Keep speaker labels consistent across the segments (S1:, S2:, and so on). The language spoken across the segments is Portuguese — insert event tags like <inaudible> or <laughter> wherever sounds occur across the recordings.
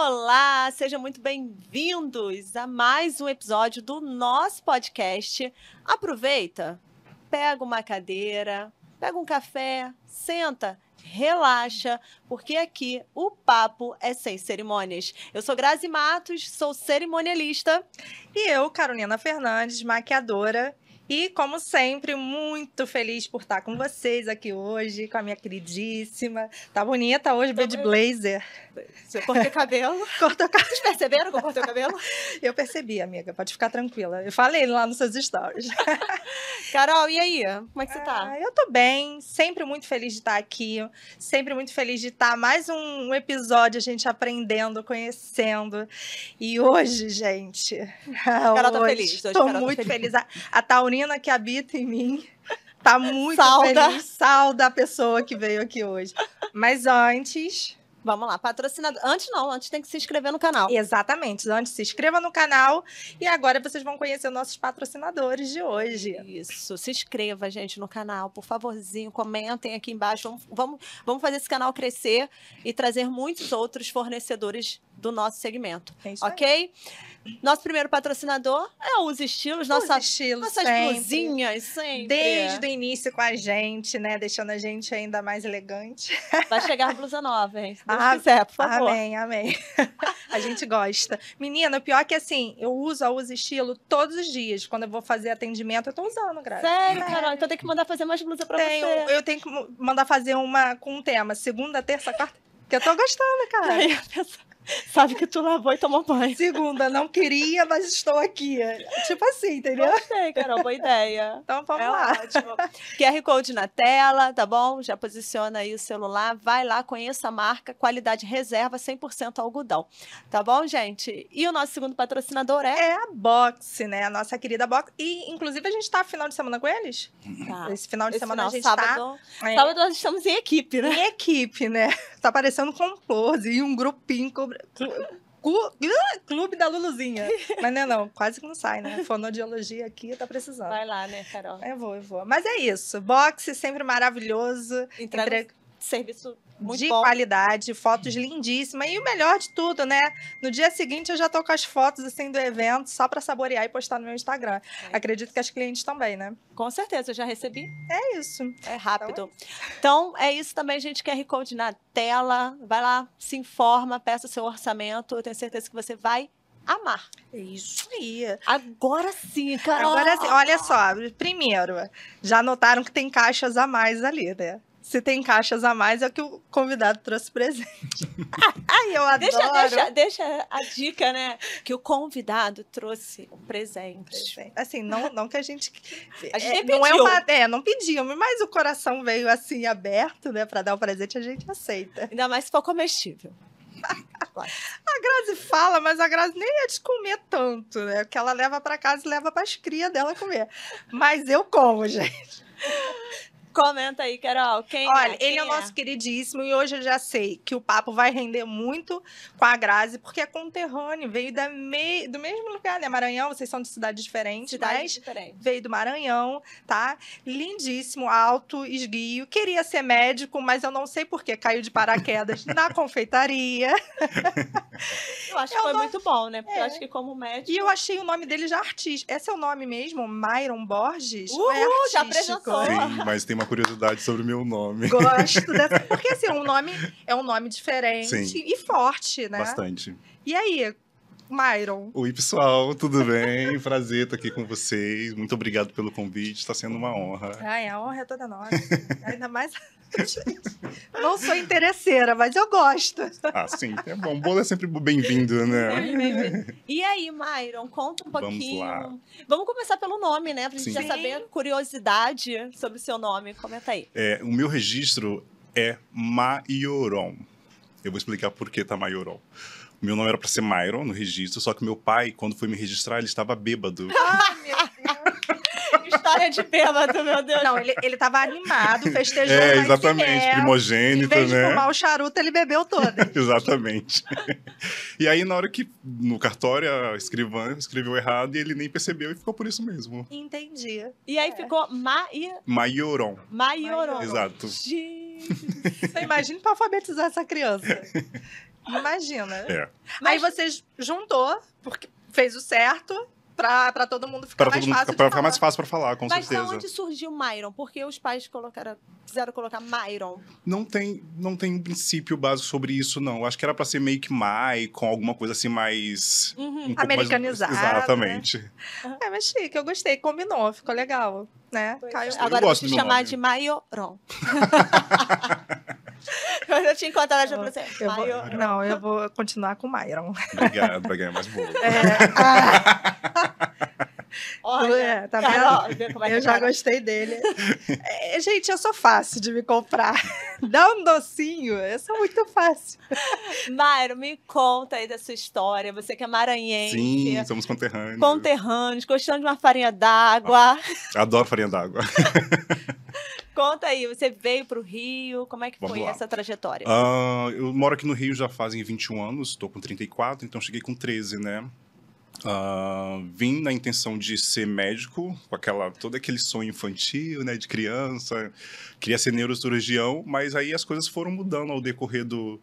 S1: Olá, sejam muito bem-vindos a mais um episódio do nosso podcast. Aproveita, pega uma cadeira, pega um café, senta, relaxa, porque aqui o papo é sem cerimônias. Eu sou Grazi Matos, sou cerimonialista.
S2: E eu, Carolina Fernandes, maquiadora. E, como sempre, muito feliz por estar com vocês aqui hoje, com a minha queridíssima. Tá bonita hoje,
S1: Tô
S2: de
S1: bem.
S2: blazer.
S1: Você cortei <laughs> cabelo.
S2: Cortou ca-
S1: Vocês perceberam que eu cortei o <laughs> cabelo?
S2: Eu percebi, amiga, pode ficar tranquila. Eu falei lá nos seus stories.
S1: Carol, e aí? Como é que você tá?
S2: Ah, eu tô bem, sempre muito feliz de estar aqui, sempre muito feliz de estar mais um episódio a gente aprendendo, conhecendo. E hoje, gente, <laughs>
S1: Carol tá
S2: hoje,
S1: feliz, hoje
S2: tô
S1: Carol tá
S2: muito
S1: feliz.
S2: feliz. A, a taurina que habita em mim
S1: <laughs>
S2: tá muito
S1: Sauda.
S2: feliz, salda a pessoa que veio aqui hoje. Mas antes,
S1: Vamos lá, patrocinador. Antes não, antes tem que se inscrever no canal.
S2: exatamente, antes se inscreva no canal e agora vocês vão conhecer nossos patrocinadores de hoje.
S1: Isso, se inscreva, gente, no canal, por favorzinho, comentem aqui embaixo. Vamos, vamos, vamos fazer esse canal crescer e trazer muitos outros fornecedores do nosso segmento,
S2: É isso aí.
S1: ok? Nosso primeiro patrocinador é os estilos, nossa,
S2: Os estilos
S1: nossas
S2: sempre.
S1: blusinhas sempre. é.
S2: desde o início com a gente, né? Deixando a gente ainda mais elegante.
S1: Vai chegar blusa nova, hein? Se Deus
S2: Ah,
S1: quiser, por favor.
S2: Amém, amém. <laughs> a gente gosta. Menina, o pior é que assim, eu uso a Uso Estilo todos os dias. Quando eu vou fazer atendimento, eu tô usando, graças.
S1: Sério, Carol, então tem que mandar fazer mais blusa pra
S2: É. Tenho,
S1: você.
S2: eu tenho que mu- mandar fazer uma com um tema, segunda, terça, quarta. Que eu tô gostando,
S1: <laughs>
S2: cara.
S1: Aí a pessoa sabe que tu lavou e tomou banho.
S2: Segunda, não queria, mas estou aqui. Tipo assim, entendeu?
S1: Gostei, Carol, boa ideia.
S2: Então vamos
S1: É
S2: lá.
S1: ótimo. <laughs> QR Code na tela, tá bom? Já posiciona aí o celular, vai lá, conheça a marca, qualidade reserva, 100% algodão. Tá bom, gente? E o nosso segundo patrocinador é...
S2: É a Box, né? A nossa querida Box. E, inclusive, a gente tá final de semana com eles.
S1: Tá.
S2: Esse final de
S1: Esse final,
S2: semana a gente tá.
S1: sábado,
S2: É,
S1: sábado nós estamos em equipe, né?
S2: em equipe, né? <laughs> Tá parecendo um complô e um grupinho. co- clu- cu- ah, Clube
S1: <laughs>
S2: da Luluzinha. Mas não é não, quase que não sai, né? Fonodiologia aqui tá precisando.
S1: Vai lá, né, Carol?
S2: Eu vou, eu vou. Mas é isso. Boxe sempre maravilhoso.
S1: Entrega
S2: entre-
S1: um serviço muito
S2: de
S1: bom.
S2: qualidade, fotos lindíssimas. E o melhor de tudo, né? No dia seguinte eu já tô com as fotos assim do evento, só pra saborear e postar no meu Instagram.
S1: É.
S2: Acredito que as clientes também, né?
S1: Com certeza, eu já recebi
S2: É isso.
S1: É rápido. Então é isso também, gente. QR Code na tela. Vai lá, se informa, peça o seu orçamento. Eu tenho certeza que você vai amar.
S2: É isso aí.
S1: Agora sim, Carol.
S2: Agora, sim, olha só, primeiro, já notaram que tem caixas a mais ali, né? Se tem caixas a mais, é que o convidado trouxe presente.
S1: <laughs>
S2: Ai, eu adoro.
S1: Deixa, deixa, deixa a dica, né? Que o convidado trouxe um presente.
S2: Presente. Assim, não, não que a gente.
S1: A gente
S2: é,
S1: nem
S2: não é
S1: pediu.
S2: uma. É, não pedimos, mas o coração veio assim aberto, né? Pra dar o presente, a gente aceita.
S1: Ainda mais se for comestível.
S2: A Grazi fala, mas a Grazi nem ia de comer tanto, né? Porque ela leva pra casa e leva pras cria dela comer. Mas eu como, gente.
S1: Comenta aí, Carol. Quem
S2: Olha,
S1: é?
S2: ele
S1: Quem
S2: é o nosso queridíssimo e hoje eu já sei que o papo vai render muito com a Grazi, porque é conterrâneo, veio da mei- do mesmo lugar, né? Maranhão, vocês são de cidades diferentes,
S1: Cidade
S2: mas
S1: diferente.
S2: veio do Maranhão, tá? Lindíssimo, alto, esguio. Queria ser médico, mas eu não sei por que caiu de
S1: <laughs>
S2: paraquedas na confeitaria.
S1: Eu acho
S2: É
S1: que
S2: o
S1: foi
S2: nome-
S1: muito bom, né? Porque eu
S2: É.
S1: acho que como médico...
S2: E eu achei o nome dele já artístico. Esse é o nome mesmo? Myron Borges? Ou é
S1: Uhul, uh, já
S2: artístico?
S1: apresentou.
S3: Sim, mas tem uma curiosidade sobre o meu nome.
S2: Gosto dessa. Porque assim, um nome é um nome diferente
S3: Sim.
S2: e forte, né?
S3: Bastante.
S2: E aí, Myron?
S3: Oi, pessoal, tudo bem? Prazer estar aqui com vocês. Muito obrigado pelo convite, está sendo uma honra.
S2: Ai, a honra é toda <laughs> nossa. Ainda mais. Gente, Não sou interesseira, mas eu gosto.
S3: Ah, sim, é bom. Bolo é sempre bem-vindo, né?
S1: E aí, Myron, conta um
S3: Vamos
S1: pouquinho.
S3: lá.
S1: Vamos começar pelo nome, né? Pra gente
S3: Sim.
S1: já
S2: Sim.
S1: saber a curiosidade sobre o seu nome. Comenta aí.
S3: É, o meu registro é Maioron. Eu vou explicar por que tá Maioron. O meu nome era para ser Myron no registro, só que meu pai, quando foi me registrar, ele
S2: <laughs>
S3: estava bêbado.
S2: Ah,
S1: Que História de bêbado, meu Deus.
S2: Não, ele, ele tava animado, festejando.
S3: É,
S2: o
S3: exatamente,
S2: nascimento. Em
S3: primogênito,
S2: vez de
S3: né?
S2: fumar o charuto, ele bebeu todo.
S3: <laughs> Exatamente. E aí, na hora que no cartório a escrivã escreveu errado e ele nem percebeu e ficou por isso mesmo.
S2: Entendi.
S1: E aí
S2: É.
S1: ficou Ma e
S3: Maioron.
S2: Tá
S1: Maioron.
S3: Exato.
S1: Gente.
S2: Então, imagina pra alfabetizar essa criança. Imagina.
S3: É.
S2: Aí você juntou, porque fez o certo, pra, pra todo mundo ficar
S3: Para
S2: mais
S3: todo mundo
S2: fácil.
S3: ficar,
S2: de
S3: pra
S2: falar.
S3: ficar mais fácil pra falar, com
S1: Mas de
S3: certeza.
S1: onde surgiu Myron? Porque os pais colocaram, quiseram colocar Myron.
S3: Não tem, não tem um princípio básico sobre isso, não. Eu acho que era pra ser meio que Mai, com alguma coisa assim mais.
S2: Uhum.
S3: Um pouco mais-
S2: Americanizado, né?
S3: Exatamente.
S2: É, mas chique, eu gostei, combinou, ficou legal, né?
S1: Pois
S2: Caiu.
S1: é.
S3: Eu
S1: Agora eu vou
S3: gosto
S1: te
S3: do meu
S1: chamar
S3: nome.
S1: de
S2: <laughs>
S1: Maioron. Quando eu te encontrar, eu já falei assim,
S2: Eu vou- <laughs>
S1: Maioron.
S2: não, eu vou continuar com o Myron.
S3: Obrigado, pra
S2: <laughs>
S3: ganhar mais boa.
S2: É,
S1: Olha,
S2: é, tá vendo?
S1: Carol, vê como é que
S2: Eu já
S1: Carol-
S2: gostei dele. É, gente, eu sou fácil de me comprar. <laughs> Dá um docinho, eu sou muito fácil.
S1: Mairo, me conta aí da sua história. Você que é maranhense.
S3: Sim, somos conterrâneos.
S1: Conterrâneos, gostando de uma farinha
S3: Ah.
S1: d'água.
S3: Adoro farinha d'água.
S1: Conta aí, você veio pro Rio, como é que
S3: Vamos
S1: foi
S3: lá.
S1: essa trajetória?
S3: Ah, eu moro aqui no Rio já fazem 21 anos, estou com 34, então cheguei com 13, né? Ah, vim na intenção de ser médico, com aquela, todo aquele sonho infantil, né, de criança. Queria ser neurocirurgião, mas aí as coisas foram mudando ao decorrer do.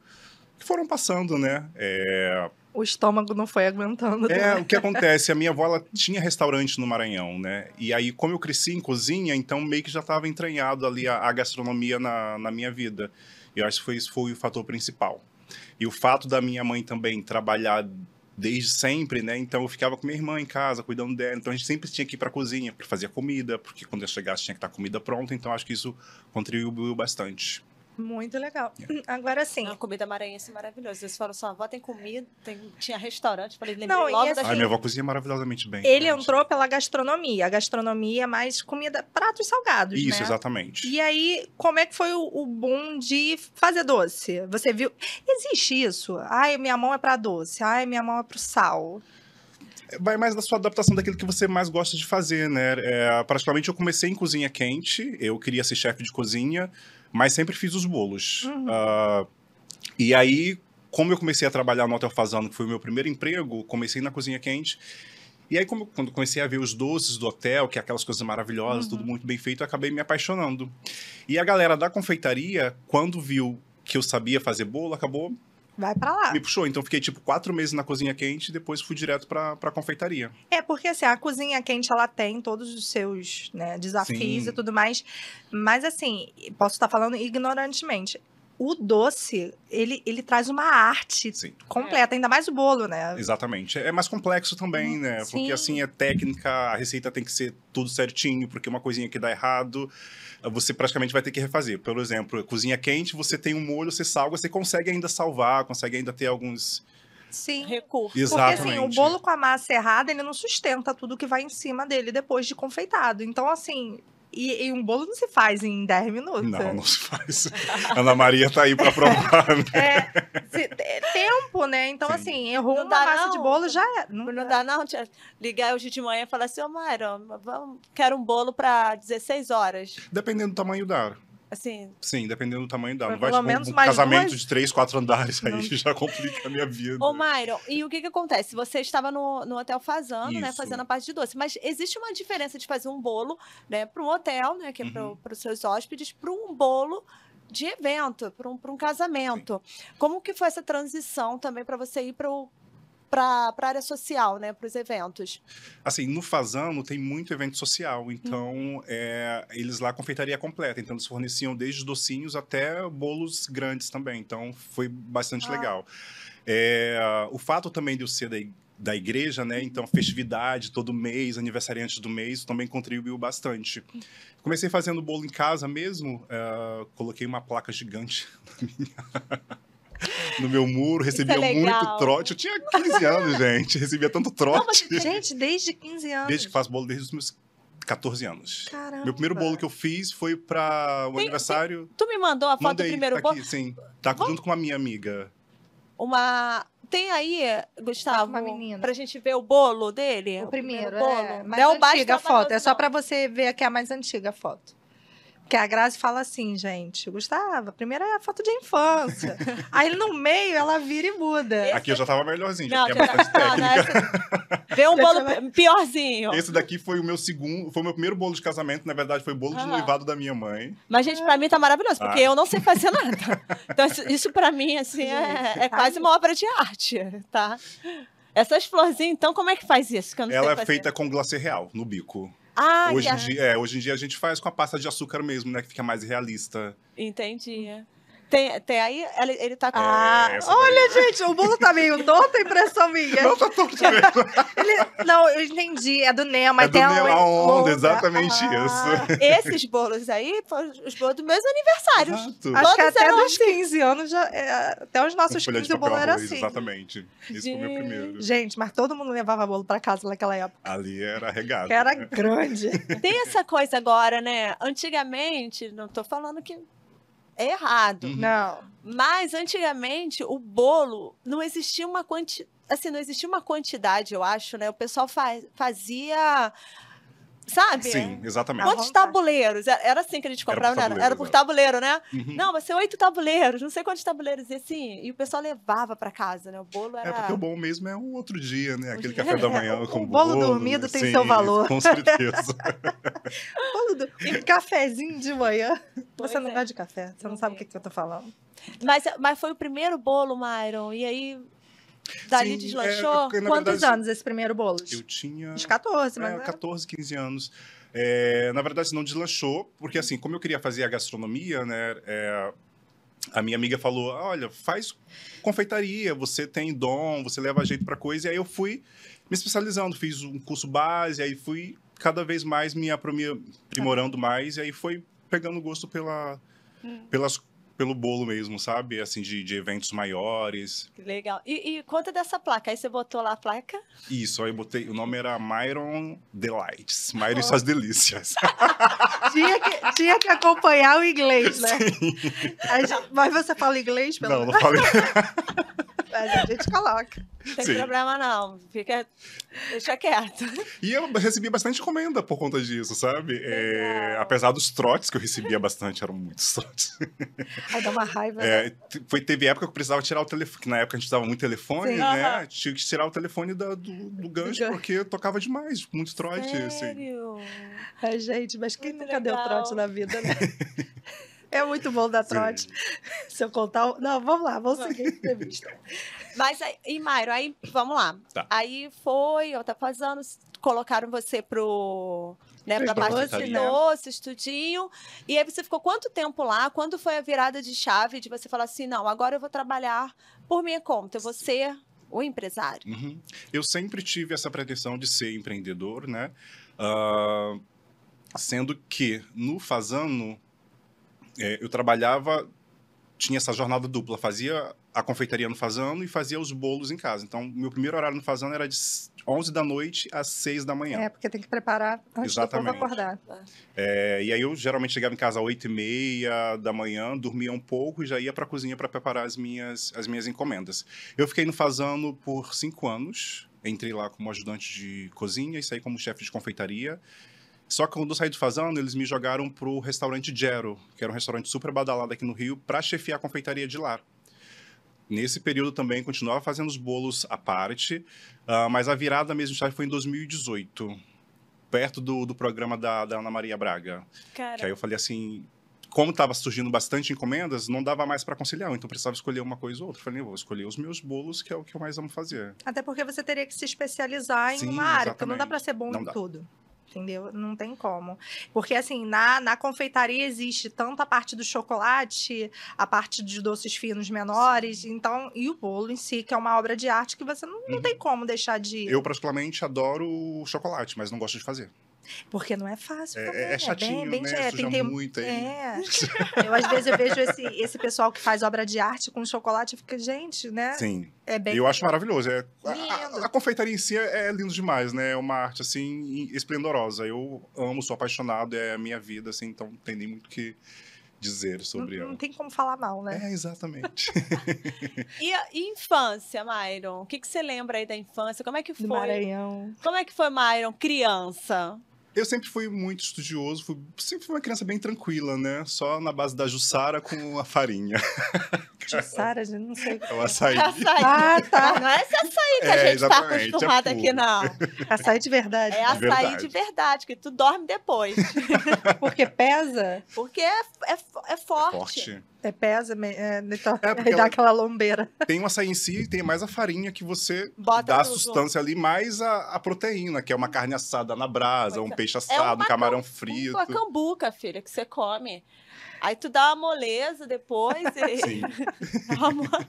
S3: que foram passando, né? É,
S2: O estômago não foi aguentando.
S3: é,
S2: né?
S3: o que acontece, a minha
S2: <laughs>
S3: avó ela tinha restaurante no Maranhão, né? E aí, como eu cresci em cozinha, então meio que já estava entranhado ali a, a gastronomia na, na minha vida. E eu acho que foi, isso foi o fator principal. E o fato da minha mãe também trabalhar desde sempre, né? Então eu ficava com minha irmã em casa, cuidando dela. Então a gente sempre tinha que ir para cozinha para fazer a comida, porque quando eu chegasse tinha que estar a comida pronta. Então acho que isso contribuiu bastante.
S2: Muito legal.
S3: É.
S2: Agora sim.
S1: Uma comida maranhense maravilhosa. Vocês falaram, sua avó tem comida, tem- tinha restaurante. Falei, lembrei
S2: Não, e
S1: logo
S2: assim,
S1: da
S3: Ai, minha avó cozinha maravilhosamente bem.
S2: Ele é um
S3: gente.
S2: entrou pela gastronomia. A gastronomia é mais comida, pratos salgados,
S3: Isso,
S2: né?
S3: exatamente.
S2: E aí, como é que foi o, o boom de fazer doce? Você viu? Existe isso? Ai, minha mão é pra doce. Ai, minha mão é pro sal.
S3: vai mais da sua adaptação daquilo que você mais gosta de fazer, né? É, praticamente eu comecei em cozinha quente, eu queria ser chefe de cozinha, mas sempre fiz os bolos.
S2: Uhum.
S3: Ah, e aí, como eu comecei a trabalhar no Hotel Fazano, que foi o meu primeiro emprego, comecei na cozinha quente. E aí, como, quando comecei a ver os doces do hotel, que é aquelas coisas maravilhosas, tudo muito bem feito, eu acabei me apaixonando. E a galera da confeitaria, quando viu que eu sabia fazer bolo, acabou
S2: Vai pra lá.
S3: me puxou. Então, eu fiquei tipo quatro meses na cozinha quente e depois fui direto pra, pra confeitaria.
S2: É, porque assim, a cozinha quente, ela tem todos os seus né, desafios
S3: Sim.
S2: e tudo mais. Mas assim, posso estar falando ignorantemente. O doce, ele, ele traz uma arte
S3: Sim.
S2: completa, ainda mais o bolo, né?
S3: Exatamente. É mais complexo também, né?
S1: sim.
S3: Porque assim é técnica, a receita tem que ser tudo certinho, porque uma coisinha que dá errado, você praticamente vai ter que refazer. Por exemplo, cozinha quente, você tem um molho, você salga, você consegue ainda salvar, consegue ainda ter alguns.
S2: Sim.
S1: recurso.
S3: Exatamente.
S2: Porque assim, o bolo com a massa errada, ele não sustenta tudo que vai em cima dele depois de confeitado. Então, assim, e, e um bolo não se faz em 10 minutos.
S3: Não, não se faz. <laughs> Ana Maria tá aí pra provar. <laughs> né?
S2: É, se- é tempo, né? Então,
S3: Sim.
S2: assim, errou
S1: Não
S2: uma
S1: dá,
S2: massa
S1: não.
S2: de bolo, já é. Não,
S1: Não dá não tia, ligar hoje de manhã e falar assim, ô Mairo, vamos, quero um bolo para 16 horas.
S3: Dependendo do tamanho dá.
S1: Assim,
S3: Sim, dependendo do tamanho dá.
S2: Mas
S3: Não vai
S2: pelo
S3: tipo, um-
S2: menos
S3: um
S2: mais
S3: casamento
S2: duas?
S3: de três, quatro andares aí <laughs>
S2: Não.
S3: que já complica a
S2: <laughs>
S3: minha vida.
S1: Ô, Myron, e o que que acontece? Você estava no, no hotel Fazano, né?
S3: Isso.
S1: Fazendo a parte de doce. Mas existe uma diferença de fazer um bolo, né? Para um hotel, né? Que é
S3: Uhum.
S1: para os seus hóspedes, para um bolo de evento, para um, pra um casamento. Como que foi essa transição também para você ir para para a área social, né? Para os eventos.
S3: Assim, no Fazano tem muito evento social, então é, eles lá confeitaria completa, então eles forneciam desde docinhos até bolos grandes também, então foi bastante
S1: Ah.
S3: legal. É, o fato também de eu ser da, ig- da igreja, né, então festividade todo mês, aniversariante do mês, também contribuiu bastante. Comecei fazendo bolo em casa mesmo, é, coloquei uma placa gigante <laughs> na minha- No meu muro, recebia muito
S1: é legal.
S3: trote. Eu tinha 15 anos, gente. Recebia tanto trote.
S2: Gente, desde 15 anos.
S3: Desde que faço bolo desde os meus 14 anos.
S2: Caramba.
S3: Meu primeiro bolo que eu fiz foi para o
S1: Tem-
S3: aniversário.
S1: Tu me mandou a foto
S3: Mandei
S1: do primeiro
S3: tá
S1: bolo.
S3: aqui, sim. Tá
S1: Vamos-
S3: junto com a minha amiga.
S1: Uma. Tem aí, Gustavo,
S2: Uma menina.
S1: pra gente ver o bolo dele?
S2: O primeiro,
S1: bolo.
S2: é. Mais
S1: Não é o
S2: antiga
S1: bastão
S2: a foto.
S1: maravilhoso,
S2: É só
S1: não.
S2: pra você ver que é a mais antiga a foto. Que a Grazi fala assim, gente, Gustavo, a primeira é a foto de infância. Aí no meio ela vira e muda.
S3: Aqui eu já tava melhorzinho, <laughs> já
S1: <laughs> Não,
S3: tinha
S1: já tá-
S3: bastante
S1: não,
S3: técnica.
S1: não, essa- Vê um bolo
S2: Você
S1: pi- piorzinho.
S3: Esse daqui foi o meu segundo, foi o meu primeiro bolo de casamento, na verdade foi bolo de
S1: Aham.
S3: noivado da minha mãe.
S1: Mas, gente, pra mim tá maravilhoso, porque
S3: Ah.
S1: eu não sei fazer nada. Então, isso, isso pra mim, assim, é,
S2: Gente,
S1: é
S2: tá
S1: quase
S2: aí.
S1: uma obra de arte, tá? Essas florzinhas, então, como é que faz isso? Que eu não sei
S3: Ela é
S1: fazer.
S3: feita com glacê real no bico.
S1: Ah,
S3: hoje,
S1: que
S3: em dia, é, hoje em dia a gente faz com a pasta de açúcar mesmo, né, que fica mais realista.
S1: Entendi. é. Tem, tem aí, ele, ele tá com.
S3: É,
S2: Ah,
S3: essa daí.
S2: olha, gente, o bolo tá meio torto, a impressão minha.
S3: Não tá torto mesmo.
S2: <laughs> Ele- não, eu entendi. É do Nemo.
S3: É
S2: aí
S3: do
S2: tem a
S3: Nemo, a onda, exatamente
S2: Ah,
S1: Esses bolos aí foram os bolos dos meus aniversários.
S3: Exato.
S2: Acho que
S1: Todos
S2: até
S1: eram
S2: dos 15 anos, já, é, até os nossos
S3: Folha de
S2: 15 o
S3: papel
S2: bolo era
S3: arroz,
S2: assim.
S3: exatamente. Esse foi o meu
S1: Gente.
S3: primeiro.
S2: Gente, mas todo mundo levava bolo pra casa naquela época.
S3: Ali era regado.
S2: Que era
S3: né?
S2: grande.
S1: Tem essa coisa agora, né? Antigamente, não tô falando que é errado,
S3: Uhum.
S2: Não.
S1: mas antigamente o bolo não existia uma quanti... assim, não existia uma quantidade, eu acho, né? O pessoal faz- fazia sabe?
S3: Sim, exatamente.
S2: Quando-
S1: Quantos
S2: vontade.
S1: tabuleiros? Era era assim que a gente
S3: Era por
S1: comprava, né? era,
S3: tabuleiro,
S1: por
S3: exato.
S1: tabuleiro, né?
S3: Uhum.
S1: Não, vai ser oito tabuleiros, não sei quantos tabuleiros, e assim. E o pessoal levava pra casa, né? O bolo era.
S3: É porque o bom mesmo é o outro dia, né? Aquele
S1: O-
S3: café da manhã
S2: <laughs> o-
S3: com
S2: o bolo
S3: bolo
S2: dormido
S3: né?
S2: tem seu valor. <laughs>
S3: Com certeza.
S2: Bolo do- E cafezinho de manhã.
S1: Pois
S2: você não
S1: é.
S2: gosta de café, você não,
S1: Não
S2: sabe o
S1: gosto.
S2: que, que eu tô falando.
S1: Mas, mas foi o primeiro bolo, Myron. E aí, dali
S3: Sim,
S1: deslanchou.
S3: é, na
S2: Quantos
S3: verdade,
S2: anos esse primeiro bolo?
S3: Eu tinha
S2: Uns 14, mas...
S3: é,
S2: né?
S3: 14, 15 anos. É, na verdade, não deslanchou, porque assim, como eu queria fazer a gastronomia, né? é, a minha amiga falou: olha, faz confeitaria, você tem dom, você leva jeito pra coisa. E aí eu fui me especializando, fiz um curso base, aí fui cada vez mais me aprimi- aprimorando mais, e aí foi pegando gosto pela,
S1: Hum.
S3: pelas, pelo bolo mesmo, sabe? Assim, de, de eventos maiores.
S1: Que Legal. E, e conta dessa placa. Aí você botou lá a placa.
S3: Isso, aí eu botei. O nome era Myron Delights. Myron e suas delícias.
S2: Tinha, que, tinha que acompanhar o inglês, né? A gente- Mas você fala inglês? Pelo...
S3: Não, não falei.
S2: Mas a gente coloca.
S1: Não tem
S3: Sim.
S1: problema, não. Fica. Deixa quieto.
S3: E eu recebi bastante encomenda por conta disso, sabe? É,
S1: Legal.
S3: apesar dos trotes que eu recebia bastante, eram muitos trotes.
S2: Aí dá uma raiva. né?
S3: É, t- foi, teve época que eu precisava tirar o telefone, que na época a gente usava muito telefone,
S2: Sim.
S3: né?
S1: Aham.
S3: Tinha que tirar o telefone da- do, do gancho,
S2: gancho.
S3: porque tocava demais, muito trote, assim.
S1: Sério?
S2: Ai, gente, mas quem
S1: Muito
S2: nunca deu
S1: legal.
S2: trote na vida,
S3: <laughs>
S2: né? É muito bom dar trote.
S3: Sim.
S2: Se eu contar. o- Não, vamos lá, vamos seguir a entrevista.
S1: Mas aí, e Myron, aí vamos lá.
S3: Tá.
S1: Aí foi, eu tava fazendo, colocaram você pro. Né,
S3: Fez
S1: pra
S3: pra
S1: parte de
S3: confeitaria.
S1: doce, estudinho. E aí você ficou quanto tempo lá? Quando foi a virada de chave de você falar assim, não, agora eu vou trabalhar por minha conta, eu vou ser o empresário.
S3: Uhum. Eu sempre tive essa pretensão de ser empreendedor, né? Ah, sendo que no Fazano, é, eu trabalhava, tinha essa jornada dupla, fazia a confeitaria no Fazano e fazia os bolos em casa. Então, meu primeiro horário no Fazano era de s- 11 da noite às 6 da manhã.
S2: É, porque tem que preparar antes do
S3: Exatamente.
S2: povo acordar.
S3: É, e aí eu geralmente chegava em casa às 8 e meia da manhã, dormia um pouco e já ia para a cozinha para preparar as minhas, as minhas encomendas. Eu fiquei no Fazano por cinco anos, entrei lá como ajudante de cozinha e saí como chefe de confeitaria. Só que quando eu saí do Fazano, eles me jogaram pro restaurante Gero, que era um restaurante super badalado aqui no Rio, para chefiar a confeitaria de lá. Nesse período também continuava fazendo os bolos à parte, ah, mas a virada mesmo já foi em 2018, perto do, do programa da- da Ana Maria Braga. Que aí eu falei assim, como estava surgindo bastante encomendas, não dava mais para conciliar, então eu precisava escolher uma coisa ou outra. Eu Falei, eu vou escolher os meus bolos, que é o que eu mais amo fazer.
S2: Até porque você teria que se especializar em
S3: Sim,
S2: uma área, porque não dá
S3: exatamente.
S2: para ser bom
S3: Não
S2: em
S3: dá.
S2: tudo. Entendeu? Não tem como. Porque, assim, na, na confeitaria existe tanto a parte do chocolate, a parte de doces finos menores, então, e o bolo em si, que é uma obra de arte que você não, não
S3: Uhum.
S2: tem como deixar de.
S3: Eu particularmente adoro chocolate, mas não gosto de fazer.
S2: Porque não é fácil.
S3: É-
S2: fazer,
S3: É, é chatinho,
S2: bem, bem,
S3: né?
S2: é, tem
S3: Suja
S2: que ter
S3: muito aí. <laughs>
S2: É. Eu, às vezes, eu vejo esse, esse pessoal que faz obra de arte com chocolate e fica, gente, né?
S3: Sim,
S2: É bem.
S3: eu acho maravilhoso. É, a-
S2: Lindo.
S3: a, a confeitaria em si é, é lindo demais, né? É uma arte, assim, esplendorosa. Eu amo, sou apaixonado, é a minha vida, assim, então não tem nem muito o que dizer
S2: não,
S3: sobre
S2: não
S3: ela.
S2: tem como falar mal, né?
S3: É, exatamente.
S1: E a e infância, Myron? O que, que você lembra aí da infância? Como é que
S2: Do
S1: foi?
S2: Maranhão.
S1: Como é que foi, Myron, criança?
S3: Eu sempre fui muito estudioso, fui- sempre fui uma criança bem tranquila, né? Só na base da jussara com a farinha, <laughs>
S2: Jussara, gente,
S1: <laughs>
S2: não sei.
S3: o açaí.
S1: Açaí.
S2: Ah, tá.
S1: Não é esse açaí que a
S3: É,
S1: gente tá
S3: exatamente, é
S1: acostumado
S3: puro.
S1: aqui, não.
S2: Açaí de verdade.
S1: É açaí de
S3: verdade.
S1: verdade, que tu dorme depois.
S2: Porque pesa.
S1: Porque é, é, fo- é forte.
S3: Forte.
S2: É pesa, me- é, então,
S3: É, porque
S2: dá
S3: ela-
S2: aquela lombeira.
S3: Tem o açaí em si e tem mais a farinha que você
S1: Bota
S3: dá a
S1: no- no-
S3: sustância ali, mais a, a proteína, que é uma carne assada na brasa,
S1: Pois
S3: um
S1: é. É
S3: peixe assado,
S1: uma
S3: um camarão
S1: Com
S3: frito.
S1: a cambuca, filha, que você come. Aí tu dá uma moleza depois e.
S3: <laughs> Sim.
S1: <laughs> Dá uma-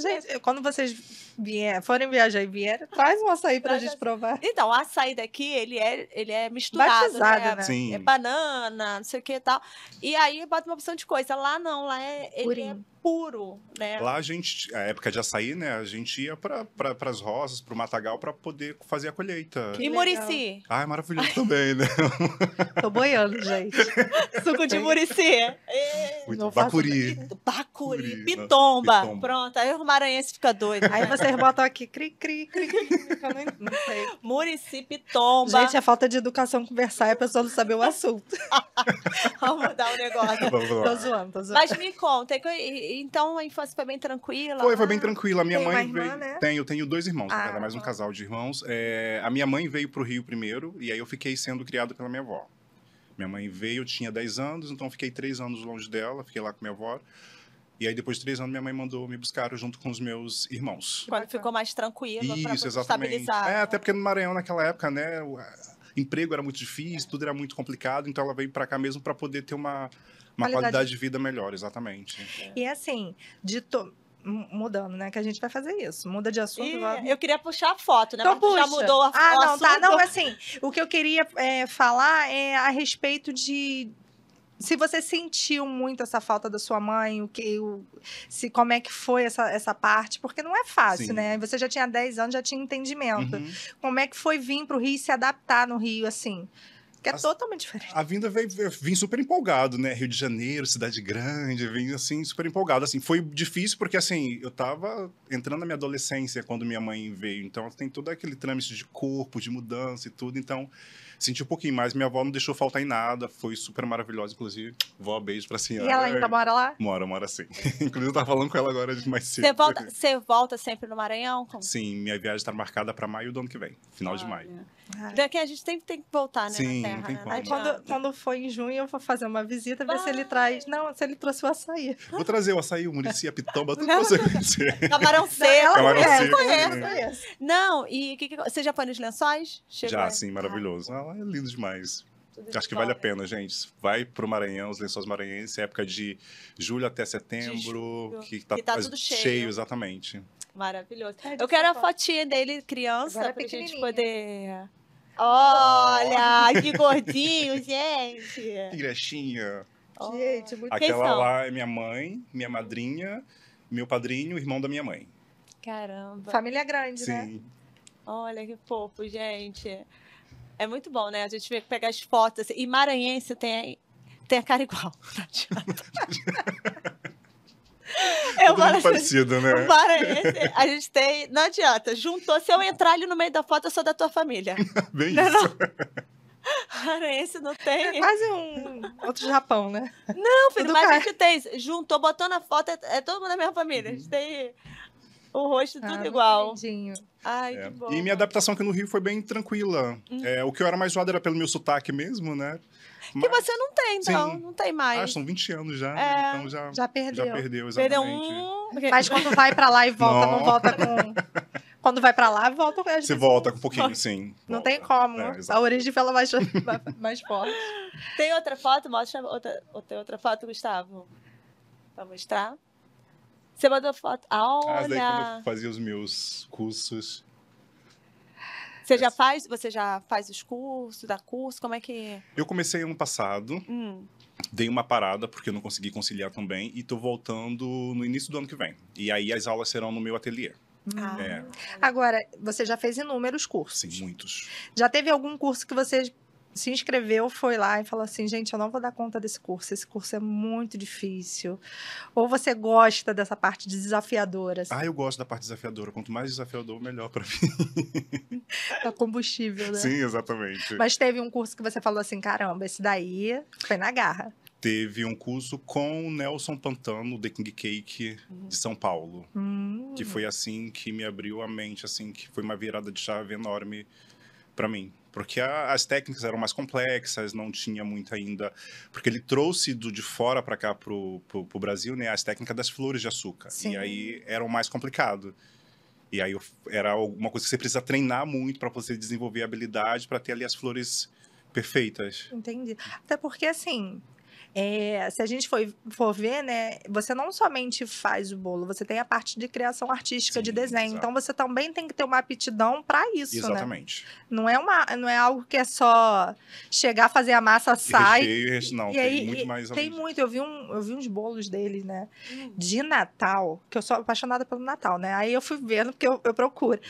S2: Gente, eu- quando vocês vier, forem viajar e vierem, traz um açaí pra
S1: Traz
S2: gente
S1: açaí.
S2: provar.
S1: Então, o açaí daqui, ele é, ele é misturado,
S2: Batizado,
S1: né?
S2: né?
S3: Sim.
S1: É banana, não sei o que e tal. E aí bota uma opção de coisa. Lá não, lá é, ele
S2: Purinho.
S1: é puro, né?
S3: Lá a gente, a época de açaí, né? A gente ia para pra, as roças, pro matagal, pra poder fazer a colheita.
S2: Que
S1: E
S2: legal.
S1: Murici?
S3: Ah, é maravilhoso também,
S1: <laughs>
S3: né?
S2: Tô boiando, gente.
S1: Suco de
S2: Tem-
S1: Murici?
S2: <laughs>
S1: É.
S3: Muito
S2: Não faço
S3: bacuri.
S1: Bacuri,
S3: Bacuri,
S1: pitomba.
S3: pitomba.
S1: Pronto, aí o maranhense fica
S3: <laughs>
S1: doido.
S2: Aí
S1: Aí
S2: vocês botam aqui, cri, cri, cri, cri. que Eu não, não sei.
S1: Murici, pitomba.
S2: Gente, é falta de educação conversar e a pessoa não saber o assunto.
S1: Vamos mudar o
S3: <laughs>
S1: negócio.
S3: <laughs> Vamos
S2: Tô
S3: lá.
S2: zoando, tô zoando.
S1: Mas me conta, e- e- então a infância foi bem tranquila? né?
S3: Foi, foi bem tranquila. A minha
S2: Tem uma
S3: mãe
S2: irmã,
S3: veio.
S2: né?
S3: Tenho, tenho dois irmãos,
S2: Ah,
S3: era mais um
S2: tá.
S3: casal de irmãos. É, a minha mãe veio pro Rio primeiro, e aí eu fiquei sendo criado pela minha avó. Minha mãe veio, eu tinha 10 anos, então eu fiquei três anos longe dela, fiquei lá com minha avó. E aí, depois de três anos, minha mãe mandou me buscar junto com os meus irmãos.
S1: Tipo, Quando ficou mais tranquila, pra
S3: Isso,
S1: poder
S3: exatamente.
S1: estabilizar.
S3: É, até porque no Maranhão, naquela época, né, o a- emprego era muito difícil, tudo era muito complicado, então ela veio pra cá mesmo pra poder ter uma, uma
S2: Qualidade.
S3: qualidade. de vida melhor, exatamente.
S2: E assim, de to... mu- mudando, né? Que a gente vai fazer isso. Muda de assunto.
S1: Ih,
S2: vai-
S1: eu queria puxar a foto, né?
S2: Então
S1: Mas tu já
S2: puxa.
S1: mudou a
S2: Ah,
S1: o
S2: não, tá.
S1: assunto.
S2: Não, assim, o que eu queria é, falar é a respeito de se você sentiu muito essa falta da sua mãe, o que o, se como é que foi essa, essa parte, porque não é fácil,
S3: Sim.
S2: né? Você já tinha 10 anos, já tinha entendimento.
S3: Uhum.
S2: Como é que foi vir pro Rio e se adaptar no Rio assim? Que é
S3: As-
S2: totalmente diferente.
S3: A vinda veio, eu vim super empolgado, né? Rio de Janeiro, cidade grande, vim assim, super empolgado. Assim, foi difícil porque assim, eu tava entrando na minha adolescência quando minha mãe veio. Então tem todo aquele trâmite de corpo, de mudança e tudo. Então, senti um pouquinho mais. Minha avó não deixou faltar em nada, foi super maravilhosa, inclusive. Vó, beijo pra
S2: E
S3: senhora.
S2: ela ainda mora lá?
S3: Mora, mora sim. <laughs> Inclusive, eu tava falando com ela agora de mais cedo.
S1: Você volta, você volta sempre no Maranhão? Como-
S3: Sim, minha viagem tá marcada pra maio do ano que vem, final
S2: Ah.
S3: de
S1: Olha.
S3: maio.
S1: Daqui a gente tem, tem é que voltar, né?
S3: Sim,
S1: na terra,
S3: não tem
S1: né?
S3: como.
S2: Aí
S1: adianta.
S2: quando, quando for em junho, eu vou fazer uma visita, ver se ele
S1: Vai.
S2: traz. Não, se ele trouxe o açaí.
S3: Vou trazer o açaí, o Murici, a pitomba, tudo
S1: Não.
S3: pra você conhecer.
S2: <laughs> é
S1: Camarão seco.
S2: ela
S3: Camarão
S2: conhece, <laughs>
S3: seco,
S2: conhece,
S3: sim.
S2: conhece.
S1: Não, e que, que- você já foi nos lençóis? Chegou
S3: Já,
S1: aí?
S3: sim, maravilhoso. Ah, lá é lindo demais.
S1: Tudo de
S3: Acho que vale a
S1: volta.
S3: pena, gente. Vai pro Maranhão, os lençóis maranhenses, época de julho até setembro,
S1: julho,
S3: que tá,
S1: que tá
S3: as-
S1: tudo cheio.
S3: exatamente.
S1: Maravilhoso.
S2: Ai,
S1: Eu quero a
S2: desculpa.
S1: fotinha dele criança
S2: Agora
S1: pra gente
S2: pequenininha.
S1: poder... Olha, que gordinho, <laughs> gente.
S3: Que graxinha.
S2: Gente, muito
S1: Quem
S3: Aquela
S1: É. são?
S3: lá é minha mãe, minha madrinha, meu padrinho, irmão da minha mãe.
S1: Caramba.
S2: Família grande,
S1: é?
S2: né?
S3: Sim.
S1: Olha que fofo, gente. É muito bom, né? A gente vê- pega as fotos. assim, E maranhense tem, tem a cara igual. <laughs> Não adianta. Eu <laughs>
S3: Tudo
S1: falo
S3: muito
S1: assim,
S3: parecido, né?
S1: <laughs>
S3: <laughs>
S1: o maranhense, a gente tem. Não adianta. Juntou. Se eu entrar ali no meio da foto, eu sou da tua <laughs> família.
S3: Bem
S1: Não,
S3: isso.
S1: não. Maranhense não <laughs>
S2: É
S1: tem.
S2: quase um outro Japão, né?
S1: Não, filho,
S2: tudo
S1: mas a
S2: cara.
S1: gente tem. Juntou, botou na foto, é, é todo mundo da minha família.
S3: Uhum.
S1: A gente tem o rosto tudo
S2: Ah, muito
S1: igual.
S2: lindinho.
S1: Ai,
S3: É.
S1: que bom. Hum.
S3: E minha adaptação aqui no Rio foi bem tranquila. É, o que eu era mais zoado era pelo meu sotaque mesmo, né?
S1: Que
S3: Mas,
S1: você não tem, então.
S3: Sim.
S1: Não tem
S3: ah,
S1: mais.
S3: são 20 anos já,
S1: É.
S3: né? então já,
S2: Já perdeu.
S3: já perdeu, exatamente.
S1: Perdeu um. porque-
S2: Mas quando vai pra lá e volta, não,
S3: Não.
S2: volta com.
S3: <laughs>
S2: Quando vai pra lá, volta com as
S3: Você
S2: pessoas.
S3: volta com um pouquinho, sim.
S2: Não
S3: volta.
S2: tem como.
S3: É,
S2: a
S3: exato.
S2: origem fala mais, mais forte.
S1: Tem outra foto? Mostra outra, ou- tem outra foto, Gustavo. Pra mostrar. Você mandou foto. Ah,
S3: Ah, daí quando
S1: Olha!
S3: eu fazia os meus cursos.
S1: Você já faz? Você já faz os cursos, dá curso? Como é que.
S3: Eu comecei ano passado,
S1: Hum,
S3: dei uma parada porque eu não consegui conciliar também e tô voltando no início do ano que vem. E aí as aulas serão no meu ateliê.
S1: ah,
S3: É.
S2: Agora, você já fez inúmeros cursos.
S3: Sim, muitos.
S2: Já teve algum curso que você se inscreveu, foi lá e falou assim: gente, eu não vou dar conta desse curso, esse curso é muito difícil. Ou você gosta dessa parte desafiadora, assim,
S3: Ah, eu gosto da parte desafiadora. Quanto mais desafiador, melhor pra mim. Ah.
S2: da combustível, né?
S3: Sim, exatamente.
S2: Mas teve um curso que você falou assim: caramba, esse daí foi na garra.
S3: Teve um curso com o Nelson Pantano, The King Cake,
S2: Uhum.
S3: de São Paulo.
S2: Hum,
S3: Que foi assim que me abriu a mente, assim, que foi uma virada de chave enorme pra mim. Porque a- as técnicas eram mais complexas, não tinha muito ainda. Porque ele trouxe do de fora pra cá, pro, pro, pro Brasil, né, as técnicas das flores de açúcar.
S2: Sim.
S3: E aí eram mais complicado. E aí eu- era alguma coisa que você precisa treinar muito pra você desenvolver a habilidade pra ter ali as flores perfeitas.
S2: Entendi. Até porque, assim, é, se a gente for, for ver, né, você não somente faz o bolo, você tem a parte de criação artística, de
S3: Sim,
S2: desenho.
S3: exato.
S2: Então, você também tem que ter uma aptidão para isso, né?
S3: Exatamente.
S2: Não é, uma, não é algo que é só chegar, fazer a massa,
S3: E
S2: sai.
S3: recheio, e recheio- não,
S2: e
S3: tem
S2: aí,
S3: muito
S2: e-
S3: mais além
S2: Tem
S3: disso.
S2: muito, eu vi, um, eu vi uns bolos deles, né? De Natal, que eu sou apaixonada pelo Natal, né? Aí eu fui vendo, porque eu, eu procuro.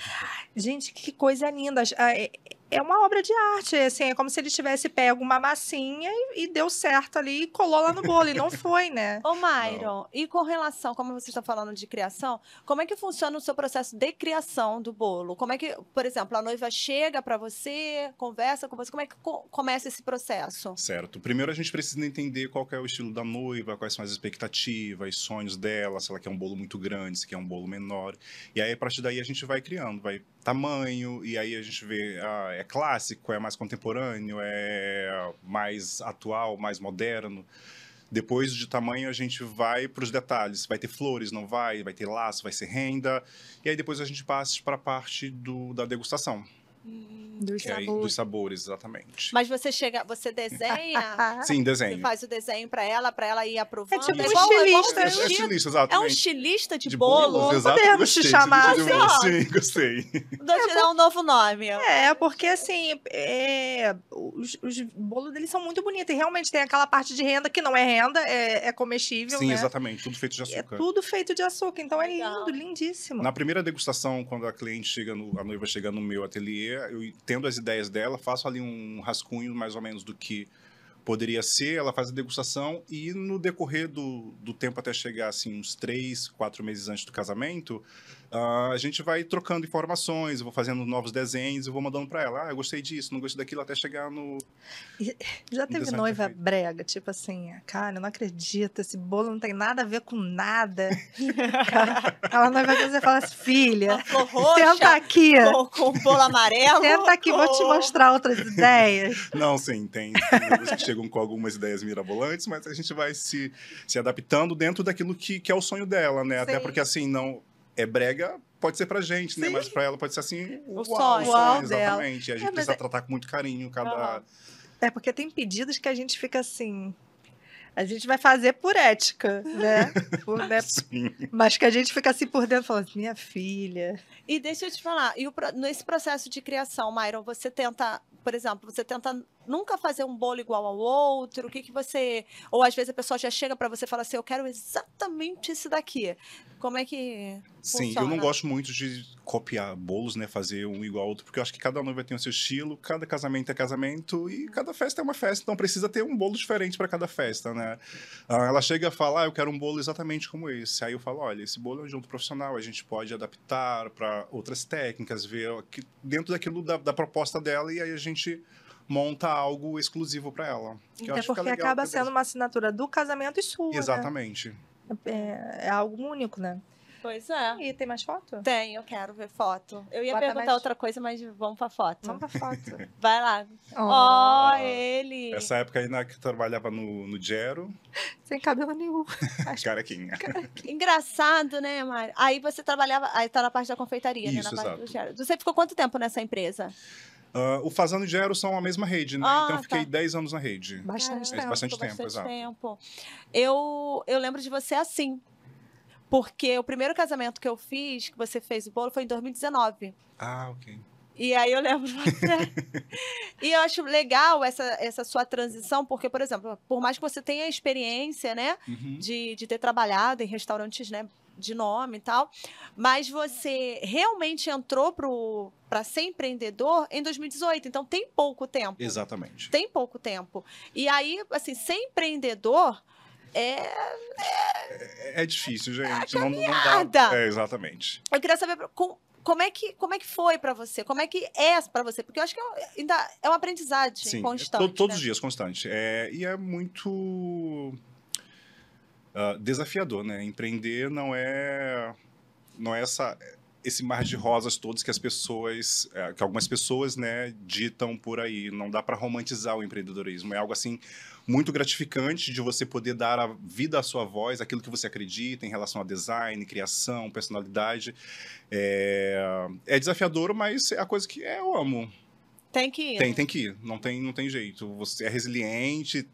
S2: Gente, que coisa linda. Ah, É, é uma obra de arte, assim, é como se ele tivesse pego uma massinha e, e deu certo ali e colou lá no bolo. E não foi, <laughs> né?
S1: Ô, Myron, e com relação, como você está falando de criação, como é que funciona o seu processo de criação do bolo? Como é que, por exemplo, a noiva chega para você, conversa com você, como é que co- começa esse processo?
S3: Certo. Primeiro a gente precisa entender qual que é o estilo da noiva, quais são as expectativas, sonhos dela, se ela quer um bolo muito grande, se quer um bolo menor. E aí a partir daí a gente vai criando, vai tamanho, e aí a gente vê, ah, é clássico, é mais contemporâneo, é mais atual, mais moderno. Depois de tamanho a gente vai para os detalhes, vai ter flores, não vai, vai ter laço, vai ser renda. E aí depois a gente passa para a parte do, da degustação,
S2: Hum, Dos
S3: que é aí dos
S2: sabores.
S3: sabores, exatamente.
S1: Mas você chega, você
S2: <laughs>
S1: desenha,
S2: Ah,
S3: Sim,
S1: você
S3: desenho.
S1: faz o desenho para ela, para ela ir aprovando.
S2: tipo um
S1: igual- igual
S2: estilista, né?
S3: É,
S1: um
S3: é
S1: vestido.
S3: estilista,
S1: É um
S3: exatamente.
S1: estilista de,
S3: bolos,
S1: bolo.
S3: exato,
S2: podemos
S3: gostei,
S2: te chamar
S3: de
S1: assim,
S3: bolo,
S1: ó.
S3: Sim, gostei.
S1: Vou te dar um novo nome.
S2: É, porque assim, é, os, os bolos deles são muito bonitos. E realmente tem aquela parte de renda que não é renda, é, é comestível,
S3: Sim,
S2: né?
S3: exatamente, tudo feito de
S2: É
S3: açúcar.
S2: tudo feito de açúcar. Então é
S1: Legal.
S2: lindo, lindíssimo.
S3: Na primeira degustação, quando a cliente chega, no, a noiva chega no meu ateliê, eu tendo as ideias dela, faço ali um rascunho mais ou menos do que poderia ser, ela faz a degustação e no decorrer do, do tempo até chegar, assim, uns três, quatro meses antes do casamento, ah, a gente vai trocando informações, eu vou fazendo novos desenhos, eu vou mandando para ela, ah, eu gostei disso, não gostei daquilo, até chegar no...
S2: Já teve
S3: Interessante,
S2: noiva
S3: perfeito.
S2: brega, tipo assim, cara, eu não acredito, esse bolo não tem nada a ver com nada. Aquela noiva que você fala assim, filha,
S1: Uma flor roxa
S2: senta aqui,
S1: com, com um bolo amarelo.
S2: senta aqui, vou te
S1: com-
S2: mostrar outras ideias.
S3: Não, sim, tem tem noivos que chegam com algumas ideias mirabolantes, mas a gente vai se, se adaptando dentro daquilo que, que é o sonho dela, né? Até
S2: Sim.
S3: porque assim, não é brega, pode ser pra gente, né? Mas pra ela pode ser assim,
S1: O
S3: uau,
S1: sonho.
S2: Uau dela.
S3: exatamente. E a gente
S2: É, mas
S3: precisa
S2: é-
S3: tratar com muito carinho cada.
S1: Aham.
S2: É porque tem pedidos que a gente fica assim, a gente vai fazer por ética, né? Por- né?
S3: Sim.
S2: Mas que a gente fica assim por dentro, falando, minha filha.
S1: E deixa eu te falar, e o pro- nesse processo de criação, Myron, você tenta, por exemplo, você tenta nunca fazer um bolo igual ao outro? O que que você. Ou às vezes a pessoa já chega pra você e fala assim: eu quero exatamente esse daqui. Como é que.
S3: Sim, eu
S1: Funciona.
S3: não gosto muito de copiar bolos, né? Fazer um igual ao outro, porque eu acho que cada noiva tem o seu estilo, cada casamento é casamento e cada festa é uma festa, então precisa ter um bolo diferente para cada festa, né? Ah, Ela chega a falar, "Ah, eu quero um bolo exatamente como esse. Aí eu falo, olha, esse bolo é um junto profissional, a gente pode adaptar para outras técnicas, ver o que- dentro daquilo da, da proposta dela e aí a gente monta algo exclusivo para ela. que eu
S2: Até
S3: acho que é
S2: porque
S3: legal
S2: acaba
S3: também.
S2: sendo uma assinatura do casamento e sua. né?
S3: Exatamente.
S2: É, é algo único, né?
S1: Pois é.
S2: E tem mais foto?
S1: Tem, eu quero ver foto. Eu ia
S2: Bota
S1: perguntar
S2: mais-
S1: outra coisa, mas vamos pra foto.
S2: Vamos pra foto.
S3: <laughs>
S1: Vai lá.
S2: Ó,
S1: Ó,
S3: Ah.
S1: ele.
S3: Essa época aí na que eu trabalhava no, no Gero,
S2: sem cabelo nenhum. Acho
S3: carequinha.
S1: Engraçado, né, Mari? Aí você trabalhava, aí tá na parte da confeitaria, né?
S3: Isso,
S1: Na parte
S3: exato.
S1: do gero. Você ficou quanto tempo nessa empresa?
S3: Ah, o Fazano e Gero são a mesma rede, né?
S1: Ah,
S3: então eu fiquei
S1: tá.
S3: 10 anos na rede.
S2: Bastante
S1: Caramba.
S2: tempo.
S3: Bastante
S1: Ficou
S3: tempo, exato.
S1: tempo. Eu, eu lembro de você assim. Porque o primeiro casamento que eu fiz, que você fez o bolo, foi em 2019.
S3: Ah, ok.
S1: E aí eu lembro. de
S3: <laughs>
S1: você. e eu acho legal essa, essa sua transição, porque, por exemplo, por mais que você tenha experiência, né?
S3: Uhum.
S1: de, de ter trabalhado em restaurantes, né? de nome e tal, mas você realmente entrou para ser empreendedor em 2018, então tem pouco tempo.
S3: Exatamente.
S1: Tem pouco tempo. E aí, assim, ser empreendedor é.
S3: É, é difícil, gente. não, não dá.
S1: caminhada.
S3: É, exatamente.
S1: Eu queria saber com- como é que, como é que foi para você? Como é que é para você? Porque eu acho que é, um- ainda é uma aprendizagem
S3: Sim,
S1: constante.
S3: to- todos
S1: né?
S3: os dias, constante. É, e é muito ah, desafiador, né? Empreender não é não é essa esse mar de rosas todos que as pessoas, eh, que algumas pessoas, né, ditam por aí. Não dá para romantizar o empreendedorismo. É algo assim muito gratificante de você poder dar a vida à sua voz, aquilo que você acredita em relação a design, criação, personalidade. É, é desafiador, mas é a coisa que eu amo.
S1: Tem que ir. né?
S3: Tem, tem que ir. Não tem, não tem jeito. Você é resiliente,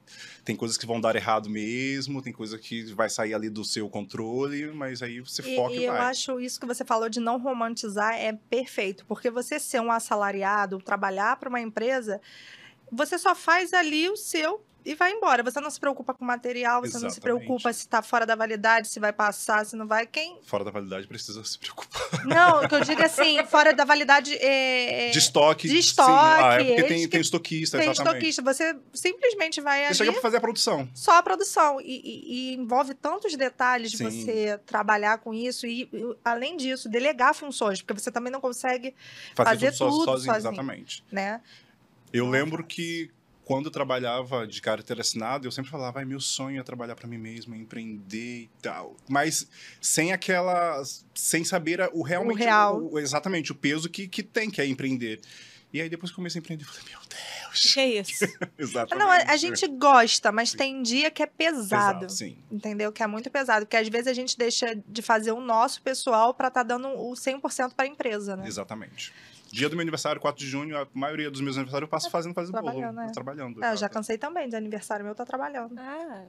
S3: tem coisas que vão dar errado mesmo, tem coisa que vai sair ali do seu controle, mas aí você
S2: E,
S3: foca e,
S2: e eu
S3: vai.
S2: acho isso que você falou de não romantizar é perfeito, porque você ser um assalariado, trabalhar para uma empresa, você só faz ali o seu e vai embora. Você não se preocupa com o material, você não se
S3: Exatamente.
S2: preocupa se está fora da validade, se vai passar, se não vai.
S3: <laughs>
S2: Quem?
S3: Fora da validade, precisa se preocupar.
S2: Não, o que eu digo é assim, fora da validade é, é,
S3: De estoque.
S2: de
S3: sim.
S2: estoque,
S3: Ah, é porque
S2: eles
S3: tem,
S2: que-
S3: tem estoquista,
S2: tem
S3: exatamente.
S2: estoquista. Você simplesmente vai
S3: Você
S2: ali.
S3: chega pra fazer a produção.
S2: só a produção. E, e- e envolve tantos detalhes
S3: Sim.
S2: você trabalhar com isso e, e, além disso, delegar funções, porque você também não consegue, Fazer
S3: Fazer, tudo, so-
S2: tudo
S3: sozinho,
S2: sozinho.
S3: exatamente.
S2: né?
S3: Eu lembro que quando eu trabalhava de carteira assinada, eu sempre falava, ai, meu sonho é trabalhar para mim mesmo, é empreender e tal. Mas sem aquela. sem saber a- o realmente.
S2: real.
S3: o- exatamente, o peso que, que tem, que é empreender. E aí depois que eu comecei a empreender, <laughs> eu falei, meu Deus.
S1: Que é isso.
S3: exatamente.
S2: Ah,
S3: é.
S2: Não, a, a gente gosta, mas tem dia que é
S3: Pesado,
S2: pesado.
S3: sim.
S2: Entendeu? Que é muito pesado, porque às vezes a gente deixa de fazer o nosso pessoal pra estar dando o 100% pra empresa, né?
S3: Exatamente. Dia do meu aniversário, 4 de junho, a maioria dos meus aniversários eu passo fazendo, fazendo
S2: É, Trabalhando,
S3: bolo.
S2: é.
S3: Trabalhando.
S2: Ah, eu já
S3: exato.
S2: cansei também de aniversário meu, tá trabalhando.
S1: Ah,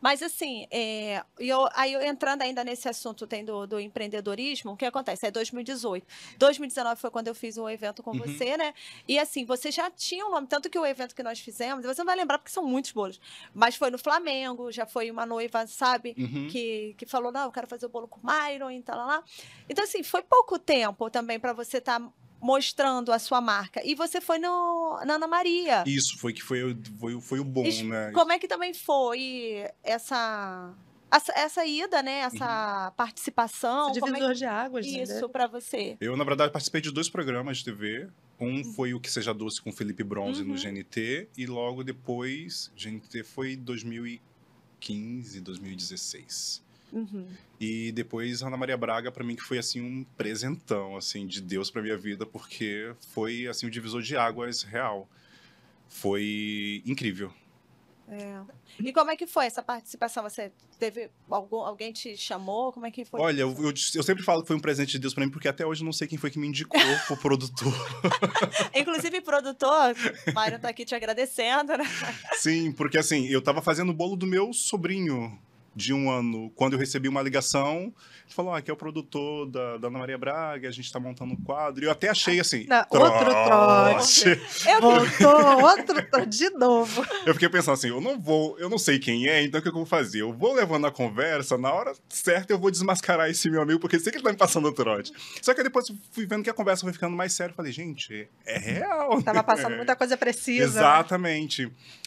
S1: mas assim, é, e eu, aí eu entrando ainda nesse assunto tem do, do empreendedorismo, o que acontece? É 2018. 2019 foi quando eu fiz um evento com
S3: Uhum.
S1: você, né? E assim, você já tinha um nome, tanto que o evento que nós fizemos, você não vai lembrar porque são muitos bolos, mas foi no Flamengo, já foi uma noiva, sabe?
S3: Uhum.
S1: Que, que falou, não, eu quero fazer o bolo com o Myron e tal, lá, lá. Então, assim, foi pouco tempo também para você estar mostrando a sua marca. E você foi no, na Ana Maria.
S3: Isso, foi que foi, o- foi, o- foi o bom,
S1: Ex-
S3: né?
S1: Como é que também foi essa essa, essa ida, né? Essa
S3: Uhum.
S1: participação, como é
S2: Divisor de águas,
S1: que
S2: né?
S1: isso para você?
S3: Eu, na verdade, participei de dois programas de TV. Um foi o Que Seja Doce com Felipe Bronze no
S1: Uhum.
S3: GNT, e logo depois, GNT foi 2015, 2016.
S1: Uhum.
S3: E depois Ana Maria Braga, pra mim, que foi assim um presentão assim de Deus pra minha vida, porque foi assim o divisor de águas real. Foi incrível.
S1: E como é que foi essa participação? Você teve algum alguém te chamou? Como é que foi?
S3: Olha, eu, eu, eu sempre falo que foi um presente de Deus pra mim, porque até hoje eu não sei quem foi que me indicou <laughs> pro produtor.
S1: Inclusive, produtor, Mário tá aqui te agradecendo,
S3: <laughs>
S1: né?
S3: Sim, porque assim, eu tava fazendo o bolo do meu sobrinho de um ano, quando eu recebi uma ligação, ele falou, ah, aqui é o produtor da, da Ana Maria Braga, a gente tá montando um quadro, e eu até achei assim,
S2: Não, outro
S3: "Trote".
S1: Eu,
S2: Voltou outro tro- de
S3: <laughs>
S2: novo.
S3: Eu fiquei pensando assim, eu não vou, eu não sei quem é, então o que eu vou fazer? Eu vou levando a conversa, na hora certa eu vou desmascarar esse meu amigo, porque eu sei que ele tá me passando trote. Só que aí depois eu fui vendo que a conversa foi ficando mais séria, eu falei, gente, é real.
S2: Tava passando
S3: É.
S2: muita coisa precisa. né?
S3: Exatamente.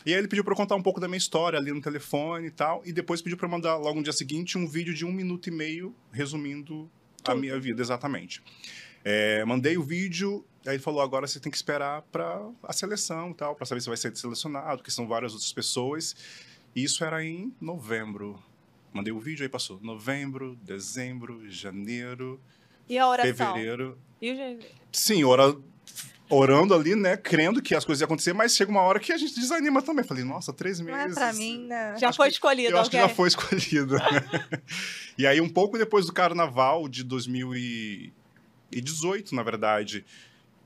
S3: E aí ele pediu pra eu contar um pouco da minha história ali no telefone e tal. E depois pediu pra eu mandar logo no dia seguinte um vídeo de um minuto e meio resumindo a
S1: Tudo.
S3: minha vida, exatamente. É, mandei o vídeo, aí ele falou: agora você tem que esperar pra a seleção e tal, pra saber se vai ser selecionado, porque são várias outras pessoas. E isso era em novembro. Mandei o vídeo, aí passou novembro, dezembro, janeiro,
S1: e a oração?
S3: fevereiro.
S1: E o-
S3: Sim, ora- orando ali, né? Crendo que as coisas iam acontecer, mas chega uma hora que a gente desanima também. Falei, nossa, três
S2: Não
S3: meses.
S2: é pra mim, né?
S1: Já
S3: Acho
S1: foi
S3: que-
S1: escolhido,
S3: Eu acho que já
S1: alguém?
S3: foi escolhido. <laughs> né? e aí, um pouco depois do carnaval de 2018, na verdade,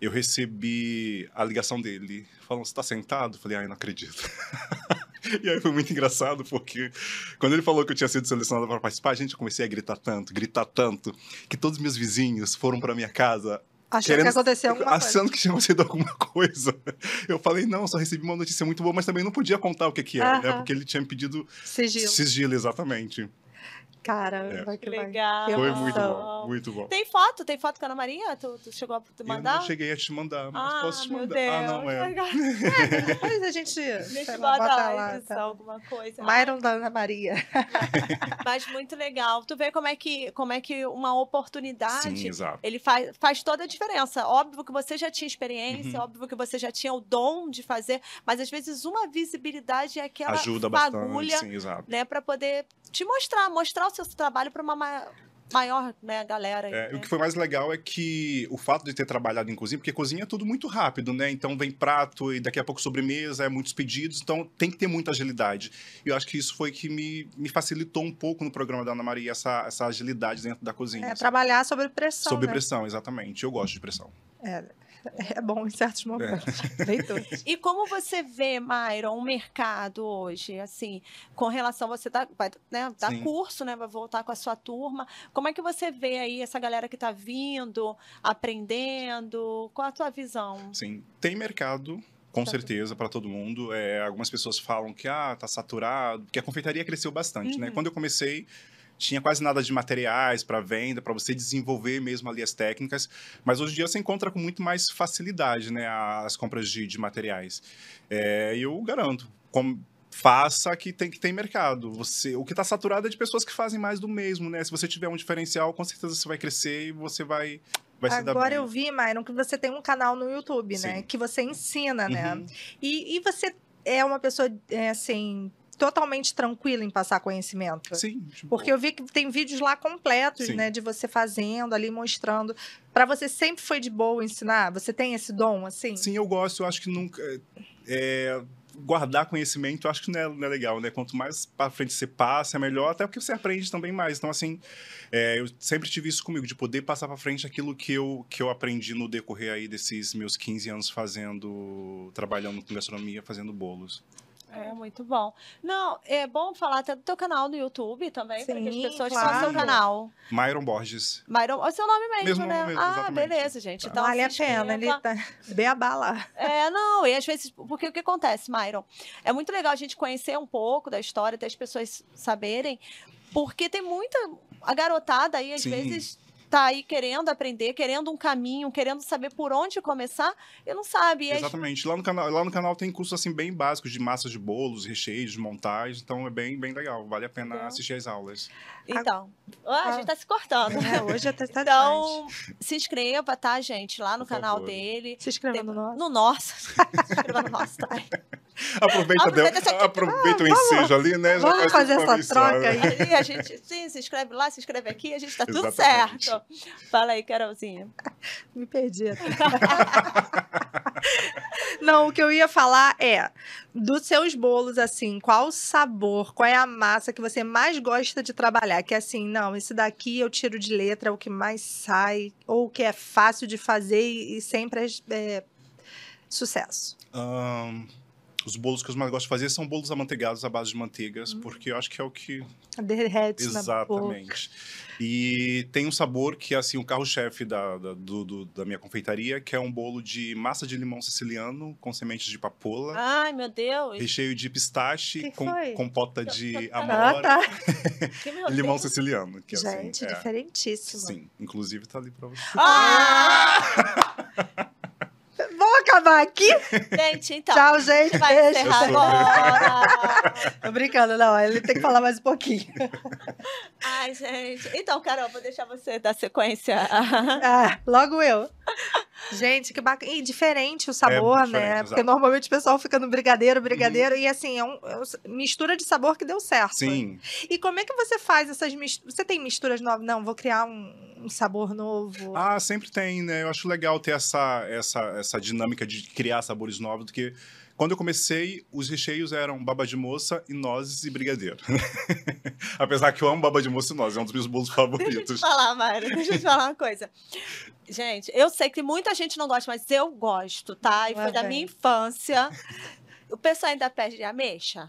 S3: eu recebi a ligação dele. Falando, você tá sentado? Falei, ai, não acredito. <laughs> E aí foi muito engraçado, porque quando ele falou que eu tinha sido selecionado para participar, gente, eu comecei a gritar tanto, gritar tanto, que todos os meus vizinhos foram para minha casa
S2: Achando
S3: Querendo-
S2: que aconteceu
S1: É
S2: alguma coisa.
S3: achando que tinha acontecido alguma coisa. Eu falei, não, só recebi uma notícia muito boa, mas também não podia contar o que, que era, né?
S2: Aham.
S3: Porque ele tinha me pedido
S2: Sigilo.
S3: sigilo, exatamente. É.
S2: Caramba,
S1: Que
S2: que legal.
S1: legal.
S2: Eu
S3: Foi
S2: não
S3: muito
S2: sei.
S3: bom, muito bom.
S1: Tem foto? Tem foto com a Ana Maria? Tu, tu chegou a te
S3: Eu
S1: mandar?
S3: não cheguei a te mandar, mas
S1: ah,
S3: posso te
S1: meu
S3: mandar.
S1: Deus.
S3: Ah, não, é.
S1: Legal.
S2: Depois a gente,
S1: <laughs> Deixa
S2: sei
S1: eu
S2: lá,
S1: botar
S2: bota
S1: lá,
S2: lá.
S1: edição,
S2: Tá.
S1: alguma coisa.
S2: Myron da Ana Maria.
S1: Mas muito legal. Tu vê como é que, como é que uma oportunidade
S3: Sim, exato.
S1: ele faz, faz toda a diferença. Óbvio que você já tinha experiência,
S3: Uhum.
S1: óbvio que você já tinha o dom de fazer, mas às vezes uma visibilidade é aquela
S3: Ajuda bastante,
S1: fagulha,
S3: sim, exato.
S1: né, para poder te mostrar, mostrar o seu trabalho para uma ma- maior, né, galera. aí,
S3: É,
S1: né?
S3: O que foi mais legal é que o fato de ter trabalhado em cozinha, porque cozinha é tudo muito rápido, né? Então vem prato e daqui a pouco sobremesa, é muitos pedidos, então tem que ter muita agilidade. E eu acho que isso foi que me, me facilitou um pouco no programa da Ana Maria, essa, essa agilidade dentro da cozinha.
S2: É,
S3: assim.
S2: trabalhar sobre pressão.
S3: Sob
S2: né?
S3: pressão, exatamente. Eu gosto de pressão.
S2: É bom em certos
S3: <laughs>
S2: momentos. Nem todos.
S1: E como você vê, Myron, o mercado hoje, assim, com relação você tá, vai né, dar
S3: Sim.
S1: curso, né? Vai voltar com a sua turma. Como é que você vê aí essa galera que tá vindo, aprendendo? Qual a tua visão?
S3: Sim, tem mercado. Com
S1: Pra todo
S2: Tá
S3: certeza, para todo mundo. É, algumas pessoas falam que ah, tá saturado, porque a confeitaria cresceu bastante, né?
S1: Uhum.
S3: Quando eu comecei, tinha quase nada de materiais para venda, para você desenvolver mesmo ali as técnicas, mas hoje em dia você encontra com muito mais facilidade, né, as compras de, de materiais. É, e eu garanto, com- faça que tem que ter mercado. Você, o que está saturado é de pessoas que fazem mais do mesmo, né? Se você tiver um diferencial, com certeza você vai crescer e você vai, vai se dar bem.
S2: Agora eu vi, Myron, que você tem um canal no YouTube, né?
S3: Sim.
S2: Que você ensina, né?
S3: Uhum.
S2: E, e você é uma pessoa, é, assim, totalmente tranquila em passar conhecimento?
S3: Sim, de boa.
S2: Porque eu vi que tem vídeos lá completos,
S3: Sim.
S2: né? De você fazendo ali, mostrando. Pra você sempre foi de boa ensinar? Você tem esse dom, assim?
S3: Sim, eu gosto. Eu acho que nunca. é, guardar conhecimento, eu acho que não é, não é legal, né? Quanto mais pra frente você passa, é melhor, até porque você aprende também mais. Então, assim, é, eu sempre tive isso comigo, de poder passar pra frente aquilo que eu, que eu aprendi no decorrer aí desses meus 15 anos fazendo. trabalhando com gastronomia, fazendo bolos.
S1: É muito bom. Não, é bom falar até do teu canal no YouTube também, para que as
S2: Sim,
S1: pessoas
S2: claro.
S1: tenham seu canal.
S3: Myron Borges.
S1: Myron, é o seu nome mesmo,
S3: Mesmo
S1: né?
S3: nome mesmo,
S1: ah,
S3: exatamente.
S1: beleza, gente. Então,
S2: vale a
S1: se
S2: pena,
S1: inscreva.
S2: ele tá beabá lá.
S1: É, não, e às vezes, porque o que acontece, Myron? É muito legal a gente conhecer um pouco da história, das pessoas saberem, porque tem muita. A garotada aí, às
S3: Sim.
S1: vezes, tá aí querendo aprender, querendo um caminho, querendo saber por onde começar, e não sabe. E às-
S3: Exatamente. Lá no, canal, lá no canal tem cursos assim bem básicos de massa de bolos, recheios, de montagem. Então é bem, bem legal. Vale a pena
S1: Legal.
S3: assistir as aulas.
S1: Então, ah, a gente tá se cortando.
S2: É, hoje até tá tarde.
S1: Então, se inscreva, tá, gente, lá no
S3: Por
S1: canal
S3: favor.
S1: dele.
S2: Se inscreva
S1: Tem-
S2: no nosso.
S1: No nosso. <laughs> se inscreva no nosso, tá?
S3: Aproveita,
S1: Aproveita
S3: deu-
S1: essa-
S3: aproveita o ensejo ali, né? Já
S2: Ah, Vamos
S3: faz
S2: fazer
S3: tudo pra
S2: essa
S3: abençoar,
S2: troca
S3: né?
S2: aí.
S1: Aí a gente sim, se inscreve lá, se inscreve aqui, a gente tá tudo
S3: Exatamente.
S1: certo. Fala aí, Carolzinha.
S2: Me perdi. até.
S1: Então.
S2: <laughs> Não, o que eu ia falar é dos seus bolos assim, qual o sabor, qual é a massa que você mais gosta de trabalhar? Que é assim, não, esse daqui eu tiro de letra, é o que mais sai, ou o que é fácil de fazer e, e sempre é, é, sucesso.
S3: Ahn, os bolos que eu mais gosto de fazer são bolos amanteigados à base de manteigas, porque eu acho que é o que.
S2: Derrete Hum. na boca.
S3: Exatamente. E tem um sabor que é assim, o carro-chefe da, da, do- do- da minha confeitaria, que é um bolo de massa de limão siciliano com sementes de papoula.
S1: Ai, meu Deus.
S3: Recheio de pistache
S2: Ah, Que
S3: com
S2: foi?
S3: compota de
S2: Ah,
S3: amora
S2: tá.
S1: Que meu
S3: e limão
S1: Deus.
S3: siciliano. Que
S2: Gente,
S3: assim, é,
S2: diferentíssimo.
S3: Sim, inclusive tá ali pra você.
S1: Ah!
S2: Vamos acabar aqui?
S1: Gente, então.
S2: Tchau,
S1: a gente
S2: gente.
S1: Vai
S2: Beijo.
S1: encerrar
S3: Eu sou-
S1: agora.
S2: Tô brincando, não. Ele tem que falar mais um <laughs> pouquinho.
S1: Ai, gente. Então, Carol, vou deixar você dar sequência.
S2: Ah, logo eu. Gente, que bacana. E diferente o sabor,
S3: É, diferente,
S2: né?
S3: exato. Uhum.
S2: Porque normalmente o pessoal fica no brigadeiro, brigadeiro, e assim, é, um, é um s- mistura de sabor que deu certo.
S3: Sim,
S2: E como é que você faz essas misturas? Você tem misturas novas? Não, vou criar um, um sabor novo.
S3: Ah, sempre tem, né? Eu acho legal ter essa, essa, essa dinâmica de criar sabores novos, porque quando eu comecei, os recheios eram baba de moça e nozes e brigadeiro. <laughs> Apesar que eu amo baba de moça e nozes, é um dos meus bolos
S1: Deixa eu te
S3: favoritos.
S1: falar, Mayra. Deixa eu te falar uma coisa. Gente, eu sei que muita gente não gosta, mas eu gosto, tá? E
S2: Lá
S1: foi da
S2: vem.
S1: minha infância. O pessoal ainda pede ameixa?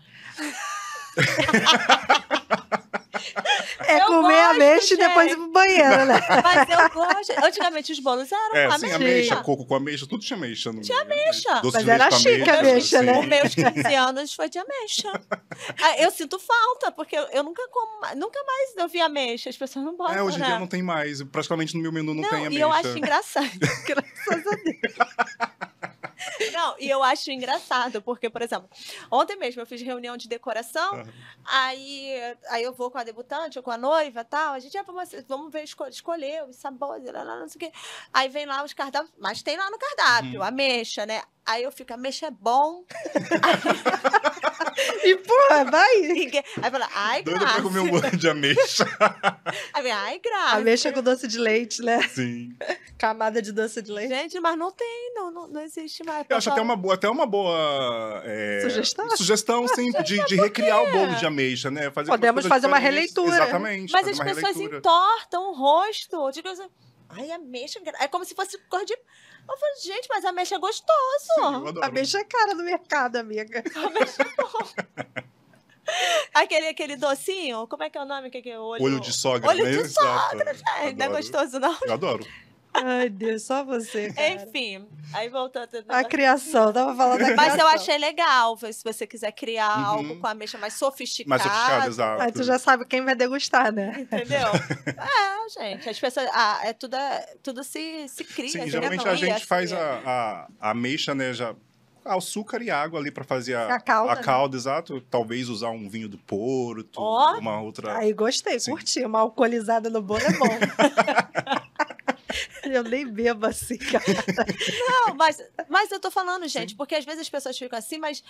S2: É
S1: Eu
S2: comer a
S1: gosto,
S2: ameixa e depois ir
S1: gente.
S2: pro banheiro,
S3: <laughs>
S2: né?
S1: Mas eu gosto. Antigamente os bolos eram
S3: É,
S1: com
S3: sim,
S1: ameixa.
S3: ameixa, coco com ameixa, tudo tinha ameixa. né? Tinha
S1: ameixa.
S2: Mas era chique a ameixa, né?
S3: assim.
S1: O meus
S2: <laughs>
S1: 15 anos foi de ameixa. Ah, Eu sinto falta, porque eu, eu nunca como, mais- nunca mais eu vi ameixa. As pessoas não botam,
S3: É, hoje em
S1: né?
S3: dia não tem mais. Praticamente no meu menu não, tem
S1: e
S3: ameixa.
S1: eu acho engraçado. <laughs> Graças a Deus. Não, e eu acho engraçado, porque, por exemplo, ontem mesmo eu fiz reunião de decoração,
S3: Aham.
S1: aí, aí eu vou com a debutante, ou com a noiva e tal, a gente, ah, vamos, vamos ver, esco- escolher os sabores, lá, lá, não sei o quê. Aí vem lá os cardápios, mas tem lá no cardápio,
S3: Uhum.
S1: ameixa, né? Aí eu fico, ameixa é bom.
S2: E porra, vai.
S1: <laughs> Ninguém- Aí fala, ai,
S3: Doida pra comer um
S1: graça.
S3: bolo de ameixa. <laughs>
S1: Aí vem, ai, graça.
S2: Ameixa com doce de leite, né?
S3: Sim.
S2: Camada de doce de leite.
S1: Gente, mas não tem, não, não, não existe mais.
S3: Eu acho
S1: Pessoal,
S3: até uma boa, até uma boa é,
S2: Sugestão?
S3: sugestão,
S2: <laughs>
S3: sim, de, de recriar o bolo de ameixa, né? Fazer
S2: Podemos
S3: coisas
S2: fazer uma
S3: diferentes.
S2: releitura.
S3: Exatamente.
S1: Mas
S3: fazer
S1: as
S3: uma
S1: pessoas
S3: releitura.
S1: entortam o rosto. Digo assim, ai, ameixa. engra- É como se fosse cor de. Eu falo, gente, mas ameixa é
S3: Eu
S1: gostoso.
S3: adoro.
S2: Ameixa é cara do mercado, amiga.
S1: <laughs> Ameixa é bom. <laughs> aquele, aquele docinho, como é que é o nome? Que, que é o olho...
S3: Olho de sogra.
S1: Olho
S3: né?
S1: de
S3: Exato.
S1: É, não é
S3: Adoro.
S1: gostoso, não?
S3: Eu adoro.
S2: Ai, Deus, só você, cara.
S1: Enfim, aí voltando.
S2: A criação, tava falando da
S1: Mas eu
S2: criação.
S1: achei legal, se você quiser criar
S3: Uhum.
S1: algo com ameixa mais sofisticada.
S3: Mais sofisticado,
S2: Aí
S3: exato.
S2: tu já sabe quem vai degustar, né?
S3: <laughs>
S1: Entendeu? é, gente, as pessoas. ah, é tudo, tudo se, se cria.
S3: Sim,
S1: se assim
S3: geralmente a
S1: recria,
S3: gente
S1: se
S3: faz
S1: cria.
S3: a, a, a ameixa, né? Já, açúcar e água ali pra fazer É, a,
S2: A calda, né?
S3: calda, exato. Talvez usar um vinho do Porto,
S1: Ó.
S3: uma outra.
S2: Aí gostei,
S3: Sim.
S2: curti. Uma alcoolizada no bolo é bom. <laughs> eu nem bebo assim, cara.
S1: Não, mas, mas eu tô falando, gente, porque às vezes as pessoas ficam assim, mas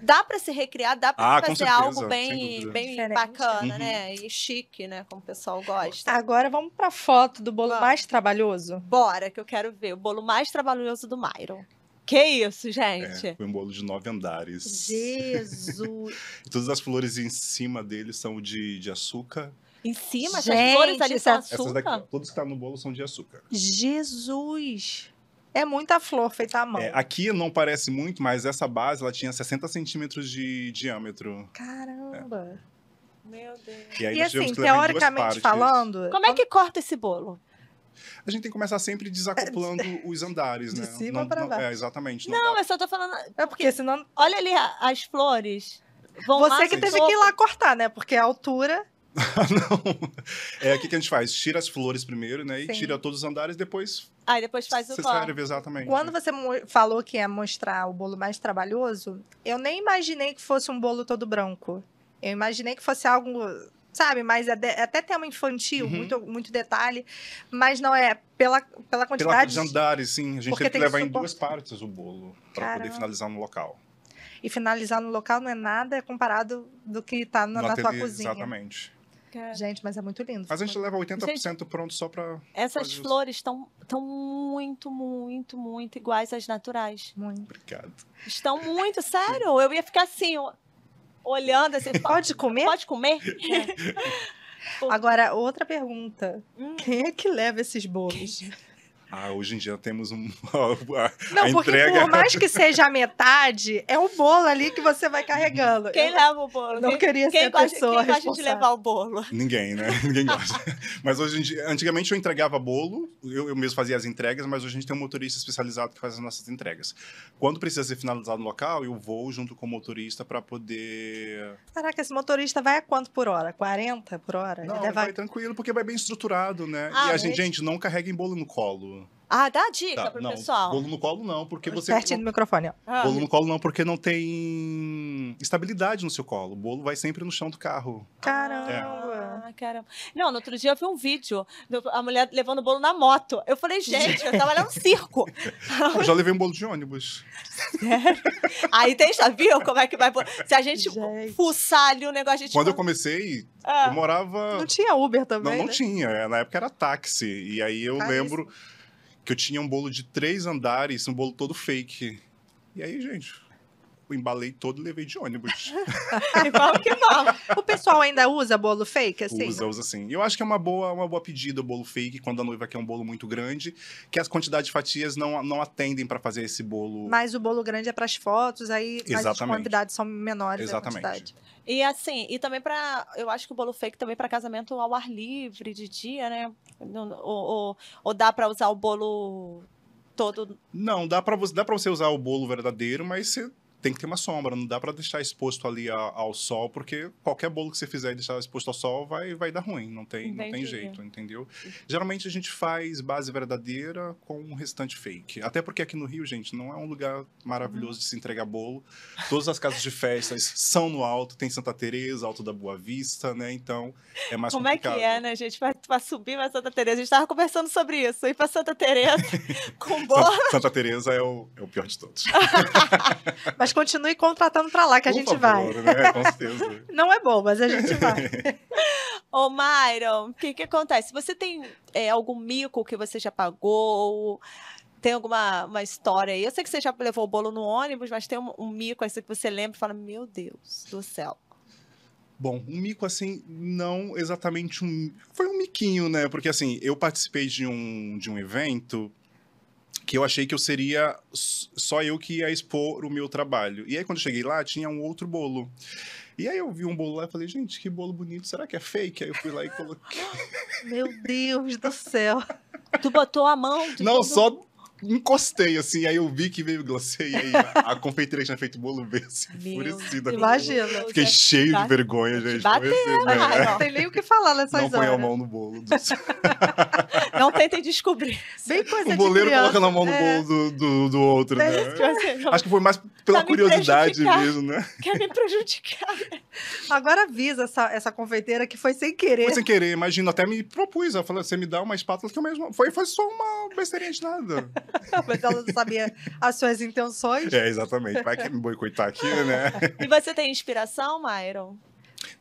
S1: dá pra se recriar, dá pra
S3: Ah,
S1: se
S3: com
S1: fazer
S3: certeza,
S1: algo
S3: sem
S1: bem,
S3: dúvida.
S1: bem
S2: Diferente.
S1: bacana,
S3: Uhum.
S1: né? E chique, né? Como o pessoal gosta.
S2: Agora vamos pra foto do bolo
S1: Vamos.
S2: mais trabalhoso.
S1: Bora, que eu quero ver o bolo mais trabalhoso do Myron. Que isso, gente?
S3: É, foi um bolo de nove andares.
S2: Jesus.
S3: E Todas as flores em cima dele são de, de açúcar.
S1: Em cima, essas
S2: Gente,
S1: flores ali são
S2: essa-
S3: Essas daqui, ó,
S1: açúcar.
S3: todos que estão no bolo são de açúcar.
S2: Jesus. É muita flor feita à mão.
S3: É, aqui não parece muito, mas essa base ela tinha 60 centímetros de diâmetro.
S2: Caramba.
S1: Meu Deus.
S3: E, aí
S2: E
S3: nós tivemos
S2: assim,
S3: que levar em duas
S2: teoricamente
S3: partes.
S2: falando,
S1: Como é que corta esse bolo?
S3: A gente tem que começar sempre
S2: <laughs>
S3: desacoplando os andares,
S2: De
S3: né?
S2: cima
S3: não,
S2: pra
S3: não-
S2: baixo.
S3: É, exatamente. Não,
S1: Não,
S3: dá-
S1: eu só tô falando.
S2: é porque senão
S1: Olha ali a- as flores. Vão lá
S2: você que
S1: no
S3: sim.
S2: teve
S1: topo.
S2: que ir lá cortar, né? Porque a altura
S3: <laughs> não. É o que que a gente faz? Tira as flores primeiro, né? E
S2: Sim.
S3: tira todos os andares, depois
S1: Aí depois faz o
S3: você
S1: corte.
S3: serve exatamente.
S2: Quando você mo- falou que ia mostrar o bolo mais trabalhoso, eu nem imaginei que fosse um bolo todo branco. Eu imaginei que fosse algo, sabe, mas até tema infantil,
S3: Uhum.
S2: muito, muito detalhe. Mas não é pela, pela
S3: Pela quantidade
S2: quantidade.
S3: de andares, sim. A gente
S2: Porque
S3: teve que
S2: tem que
S3: levar em
S2: suportar.
S3: duas partes o bolo para poder
S2: Caramba.
S3: finalizar no local.
S2: E finalizar no local não é nada comparado do que tá na,
S3: No
S2: na tua
S3: ateliê,
S2: cozinha.
S3: Exatamente.
S2: Gente, mas é muito lindo.
S3: Mas a gente leva 80% pronto só pra.
S1: Essas
S3: Olha isso.
S1: flores estão estão muito, muito, muito iguais às naturais.
S2: Muito.
S3: Obrigado.
S1: Estão muito, sério. Eu ia ficar assim, ó, olhando assim. Pode,
S2: Pode comer?
S1: pode comer?
S2: <laughs> Agora, outra pergunta.
S1: Hum.
S2: Quem é que leva esses bolos?
S3: Ah, hoje em dia temos um. <laughs>
S2: Não,
S3: A
S2: porque
S3: entrega-
S2: por mais que seja a metade, é o bolo ali que você vai carregando.
S1: Quem
S2: Eu
S1: leva o bolo?
S2: não
S1: Quem-
S2: queria ser
S1: quem
S2: a
S1: gosta,
S2: pessoa
S1: quem gosta de
S2: responsável.
S1: levar o bolo?
S3: Ninguém, né?
S1: <laughs>
S3: Ninguém gosta. mas hoje em dia, antigamente eu entregava bolo, eu, eu mesmo fazia as entregas, mas hoje a gente tem um motorista especializado que faz as nossas entregas. Quando precisa ser finalizado no local, eu vou junto com o motorista para poder.
S2: Caraca, esse motorista vai a quanto por hora? 40 por hora?
S3: Não,
S2: Ele
S3: vai
S2: vai...
S3: tranquilo, porque vai bem estruturado, né?
S1: Ah,
S3: e a gente,
S1: mas-
S3: gente, não carreguem bolo no colo.
S1: Ah, dá a dica
S3: Tá,
S1: pro
S3: não,
S1: pessoal.
S3: bolo no colo não, porque você.
S2: Pertinho do microfone, ó.
S1: Ah,
S3: Bolo no colo não, porque não tem estabilidade no seu colo. O bolo vai sempre no chão do carro.
S2: Caramba.
S1: Ah, caramba. Não, no outro dia eu vi um vídeo do- a mulher levando o bolo na moto. Eu falei, gente, eu tava lá no circo.
S3: Eu já levei um bolo
S1: <laughs>
S3: de ônibus.
S1: Aí tem, já viu como é que vai. Se a gente
S2: Gente.
S1: fuçar ali o negócio, a gente.
S3: Quando eu comecei,
S1: Ah.
S3: eu
S1: <laughs>
S3: morava.
S2: Não tinha Uber também,
S3: Não, não
S2: né?
S3: tinha. É, Na época era táxi. E aí eu
S2: Caríssimo.
S3: lembro que eu tinha um bolo de três andares, um bolo todo fake. E aí, gente, embalei todo e levei de ônibus.
S1: <laughs>
S3: <laughs>
S1: Igual que bom.
S2: O pessoal ainda usa bolo fake, assim?
S3: Usa, usa sim. Eu acho que é uma boa, uma boa pedida o bolo fake, quando a noiva quer um bolo muito grande, que as quantidades de fatias não, não atendem para fazer esse bolo.
S2: Mas o bolo grande é para as fotos, aí mas os
S3: Exatamente.
S2: convidados são menores da
S3: Exatamente.
S2: quantidade.
S1: E assim, e também para, eu acho que o bolo fake também para casamento ao ar livre de dia, né? Não- Ou, ou, ou dá para usar o bolo todo.
S3: Não, dá para você, dá pra você usar o bolo verdadeiro, mas você tem que ter uma sombra, não dá para deixar exposto ali a- ao sol, porque qualquer bolo que você fizer e deixar exposto ao sol vai, vai dar ruim, não tem, não tem
S1: Entendi.
S3: jeito, entendeu? Geralmente a gente faz base verdadeira com o restante fake. Até porque aqui no Rio, gente, não é um lugar maravilhoso de se entregar bolo. Todas as casas de festas são no alto, tem Santa Teresa, Alto da Boa Vista, né? Então é mais
S1: Como
S3: complicado.
S1: é que é, né, gente? Pra, pra subir pra Santa Teresa. A gente tava conversando sobre isso. Ir pra Santa
S3: <laughs>
S1: Teresa com bolo.
S3: Santa, Santa Teresa é o, é o pior
S1: <laughs>
S3: de todos.
S2: Mas continue contratando para lá que a
S3: Por
S2: gente vai.
S3: favor, Né? Com certeza.
S2: Não é bom, mas a gente
S3: <laughs>
S2: vai.
S1: Ô, Myron, o que, que acontece? Você tem é, algum mico que você já pagou? Tem alguma uma história aí? Eu sei que você já levou o bolo no ônibus, mas tem um, um mico aí que você lembra e fala: Meu Deus do céu.
S3: Bom, um mico assim, não exatamente um. Foi um miquinho, né? Porque assim, eu participei de um, de um evento que eu achei que eu seria s- só eu que ia expor o meu trabalho. E aí, quando eu cheguei lá, tinha um outro bolo. E aí eu vi um bolo lá e falei, gente, que bolo bonito, será que é fake? Aí eu fui lá e coloquei.
S2: Meu Deus do céu.
S1: Tu botou a mão? tu-
S3: Não,
S1: tu-
S3: só encostei, assim, aí eu vi que veio glacê, e aí a, a confeiteira que tinha feito o bolo veio assim,
S1: Meu
S3: enfurecida.
S1: Deus,
S2: Imagina.
S3: Fiquei
S1: é-
S3: cheio
S1: Ba-
S3: de vergonha, gente. foi
S1: bater,
S3: assim,
S1: né,
S3: né?
S1: Rafa?
S2: Não tem nem o que falar nessas
S3: Não põe
S2: horas.
S3: a mão no bolo. do céu.
S1: Não tentem descobrir.
S2: Bem coisa
S3: O boleiro
S2: é de criança.
S3: colocando a mão no
S2: É.
S3: bolo do, do, do outro, né?
S1: Acho
S3: Acho que foi mais pela
S2: Tá
S1: me
S3: curiosidade
S1: prejudicar.
S3: mesmo, né?
S1: que quer me prejudicar.
S2: Agora avisa essa, essa confeiteira que foi sem
S3: Foi
S2: querer.
S3: sem querer, imagina, até me propus. Ela falou, você me dá uma espátula que eu mesmo... Foi, foi só uma besteirinha
S2: <laughs>
S3: de nada.
S2: Mas ela não sabia as suas intenções.
S3: é, exatamente. Vai que me boicotar aqui, né?
S1: E você tem inspiração, Myron?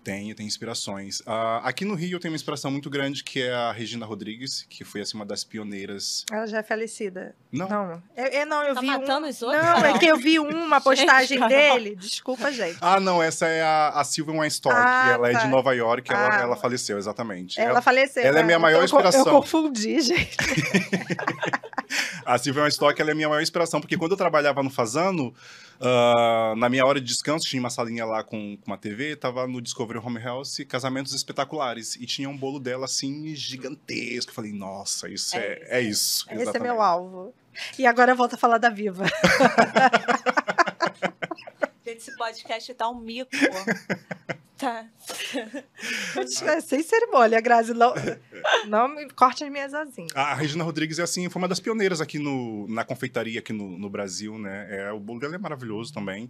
S3: Tenho, tenho inspirações. Ah, aqui no Rio eu tenho uma inspiração muito grande, que é a Regina Rodrigues, que foi, assim, uma das pioneiras.
S2: Ela já é falecida.
S3: Não.
S2: Não, eu, eu- não, eu
S1: Tá
S2: vi um-
S1: matando os outros?
S2: Não, é
S1: Carol?
S2: que eu
S1: <laughs>
S2: vi uma postagem
S1: Carol.
S2: dele. Desculpa, gente.
S3: Ah, não, essa é a, a Sylvia Weinstock.
S2: Ah,
S3: ela é
S2: tá.
S3: de Nova York, ela,
S2: Ah.
S3: ela faleceu, exatamente.
S2: Ela faleceu.
S3: ela é
S2: né?
S3: minha maior
S2: Eu co- Eu
S3: inspiração.
S2: confundi,
S3: <laughs>
S2: gente.
S3: A Silvia Stock ela é a minha maior inspiração, porque quando eu trabalhava no Fazano, ah, na minha hora de descanso, tinha uma salinha lá com, com uma TV, tava no Discovery Home Health, casamentos espetaculares, e tinha um bolo dela, assim, gigantesco. Eu falei, nossa, isso é, é isso.
S2: Esse é
S3: exatamente.
S2: meu alvo. E agora eu volto a falar da
S3: <laughs>
S2: Viva. <laughs>
S1: Gente, esse podcast tá um mico. Tá.
S2: É sem cerimônia, Grazi.
S3: <laughs>
S2: Não, não me corte as minhas asinhas.
S3: A Regina Rodrigues é assim, foi uma das pioneiras aqui no, na confeitaria aqui no, no Brasil, né? É, o bolo dela é maravilhoso
S2: Uhum.
S3: também.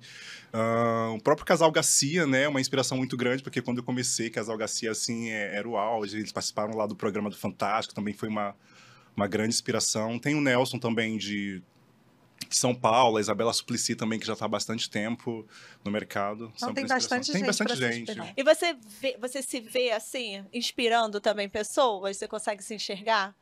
S3: Ah, o próprio Casal Garcia, né? é Uma inspiração muito grande, porque quando eu comecei, Casal Garcia, assim, é- era o auge. Eles participaram lá do programa do Fantástico, também foi uma, uma grande inspiração. Tem o Nelson também de São Paulo, a Isabela Suplicy também, que já está há bastante tempo no mercado. São
S2: Então tem
S3: inspiração.
S2: bastante
S3: Tem
S2: gente
S3: bastante
S2: pra se
S3: gente.
S2: inspirar.
S1: E você, vê- você se vê assim, inspirando também pessoas? Você consegue se enxergar?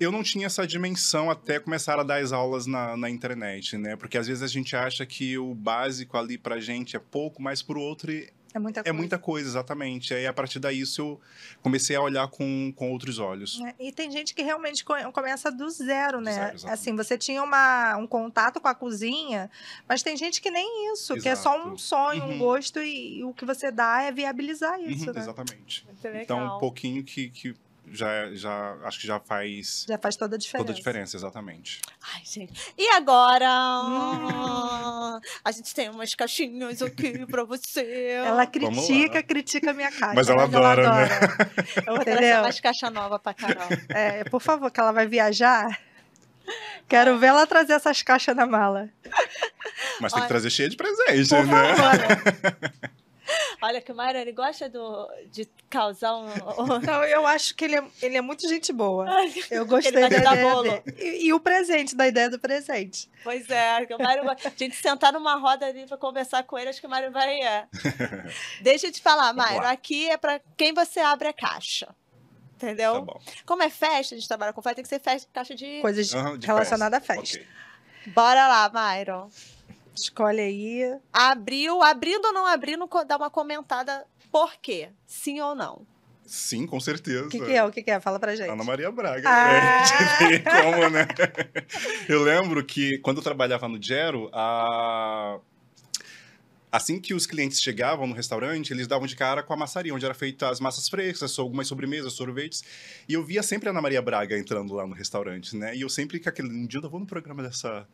S3: eu não tinha essa dimensão até começar a dar as aulas na, na internet, né? Porque às vezes a gente acha que o básico ali pra gente é pouco, mas pro outro
S2: É muita
S3: é
S2: coisa.
S3: muita coisa, exatamente. Aí a partir daí isso eu comecei a olhar com, com outros olhos.
S2: É, E tem gente que realmente co- começa do zero,
S3: Do
S2: né?
S3: zero, exatamente.
S2: assim, você tinha uma, um contato com a cozinha, mas tem gente que nem isso, que é só um
S3: Exato.
S2: sonho, um
S3: Uhum. gosto,
S2: gosto, e, o que você dá é viabilizar isso,
S3: Uhum,
S2: né?
S3: Exatamente.
S1: Muito legal.
S3: Então, um pouquinho que, que já, já acho que já faz
S2: Já faz toda a diferença.
S3: toda a diferença, exatamente.
S1: Ai, gente. E agora?
S2: Hum.
S1: A gente tem umas caixinhas aqui pra você.
S2: Ela
S3: Vamos lá. né.
S2: critica, critica a minha caixa.
S3: Mas ela adora, né? <laughs>
S1: Eu vou trazer
S2: entendeu?
S1: mais caixa nova pra Carol.
S2: É, por favor, que ela vai viajar. Quero ver ela trazer essas caixas na mala.
S3: Mas tem
S1: Olha.
S3: que trazer cheia de presente,
S2: Por
S3: né? <laughs>
S2: favor.
S1: Olha que o Mário, ele gosta do, de causar um...
S3: <laughs>
S1: um-
S2: Não, Então, eu acho que ele é, ele é muito gente boa. Eu gostei
S1: Ele vai te
S2: da
S1: dar
S2: ideia
S1: bolo.
S2: dele. E, e o presente, da ideia do presente.
S1: pois é, que o Mário... gosta. A gente sentar numa roda ali pra conversar com ele, acho que o Mário vai...
S3: <laughs>
S1: é. Deixa eu te falar,
S3: Vamos
S1: Mário,
S3: lá.
S1: aqui é pra quem você abre a caixa.
S3: Tá
S1: Entendeu?
S3: bom.
S1: Como é festa, a gente trabalha com festa, tem que ser festa, caixa de...
S2: Coisas
S3: Aham, de
S2: relacionadas à festa.
S3: Ok.
S1: Bora lá, Myron.
S2: Escolhe aí.
S1: Abriu, abrindo ou não abrindo, co- dá uma comentada por quê? Sim ou não?
S3: Sim, com certeza.
S2: O que, que é? O que, que é? Fala pra gente.
S3: Ana Maria Braga. <laughs>
S2: Ah!
S3: É, de como, né? Eu lembro que quando eu trabalhava no Gero, a- assim que os clientes chegavam no restaurante, eles davam de cara com a maçaria, onde era feita as massas frescas, algumas sobremesas, sorvetes. E eu via sempre a Ana Maria Braga entrando lá no restaurante, né? E eu sempre que aquele um dia eu vou no programa dessa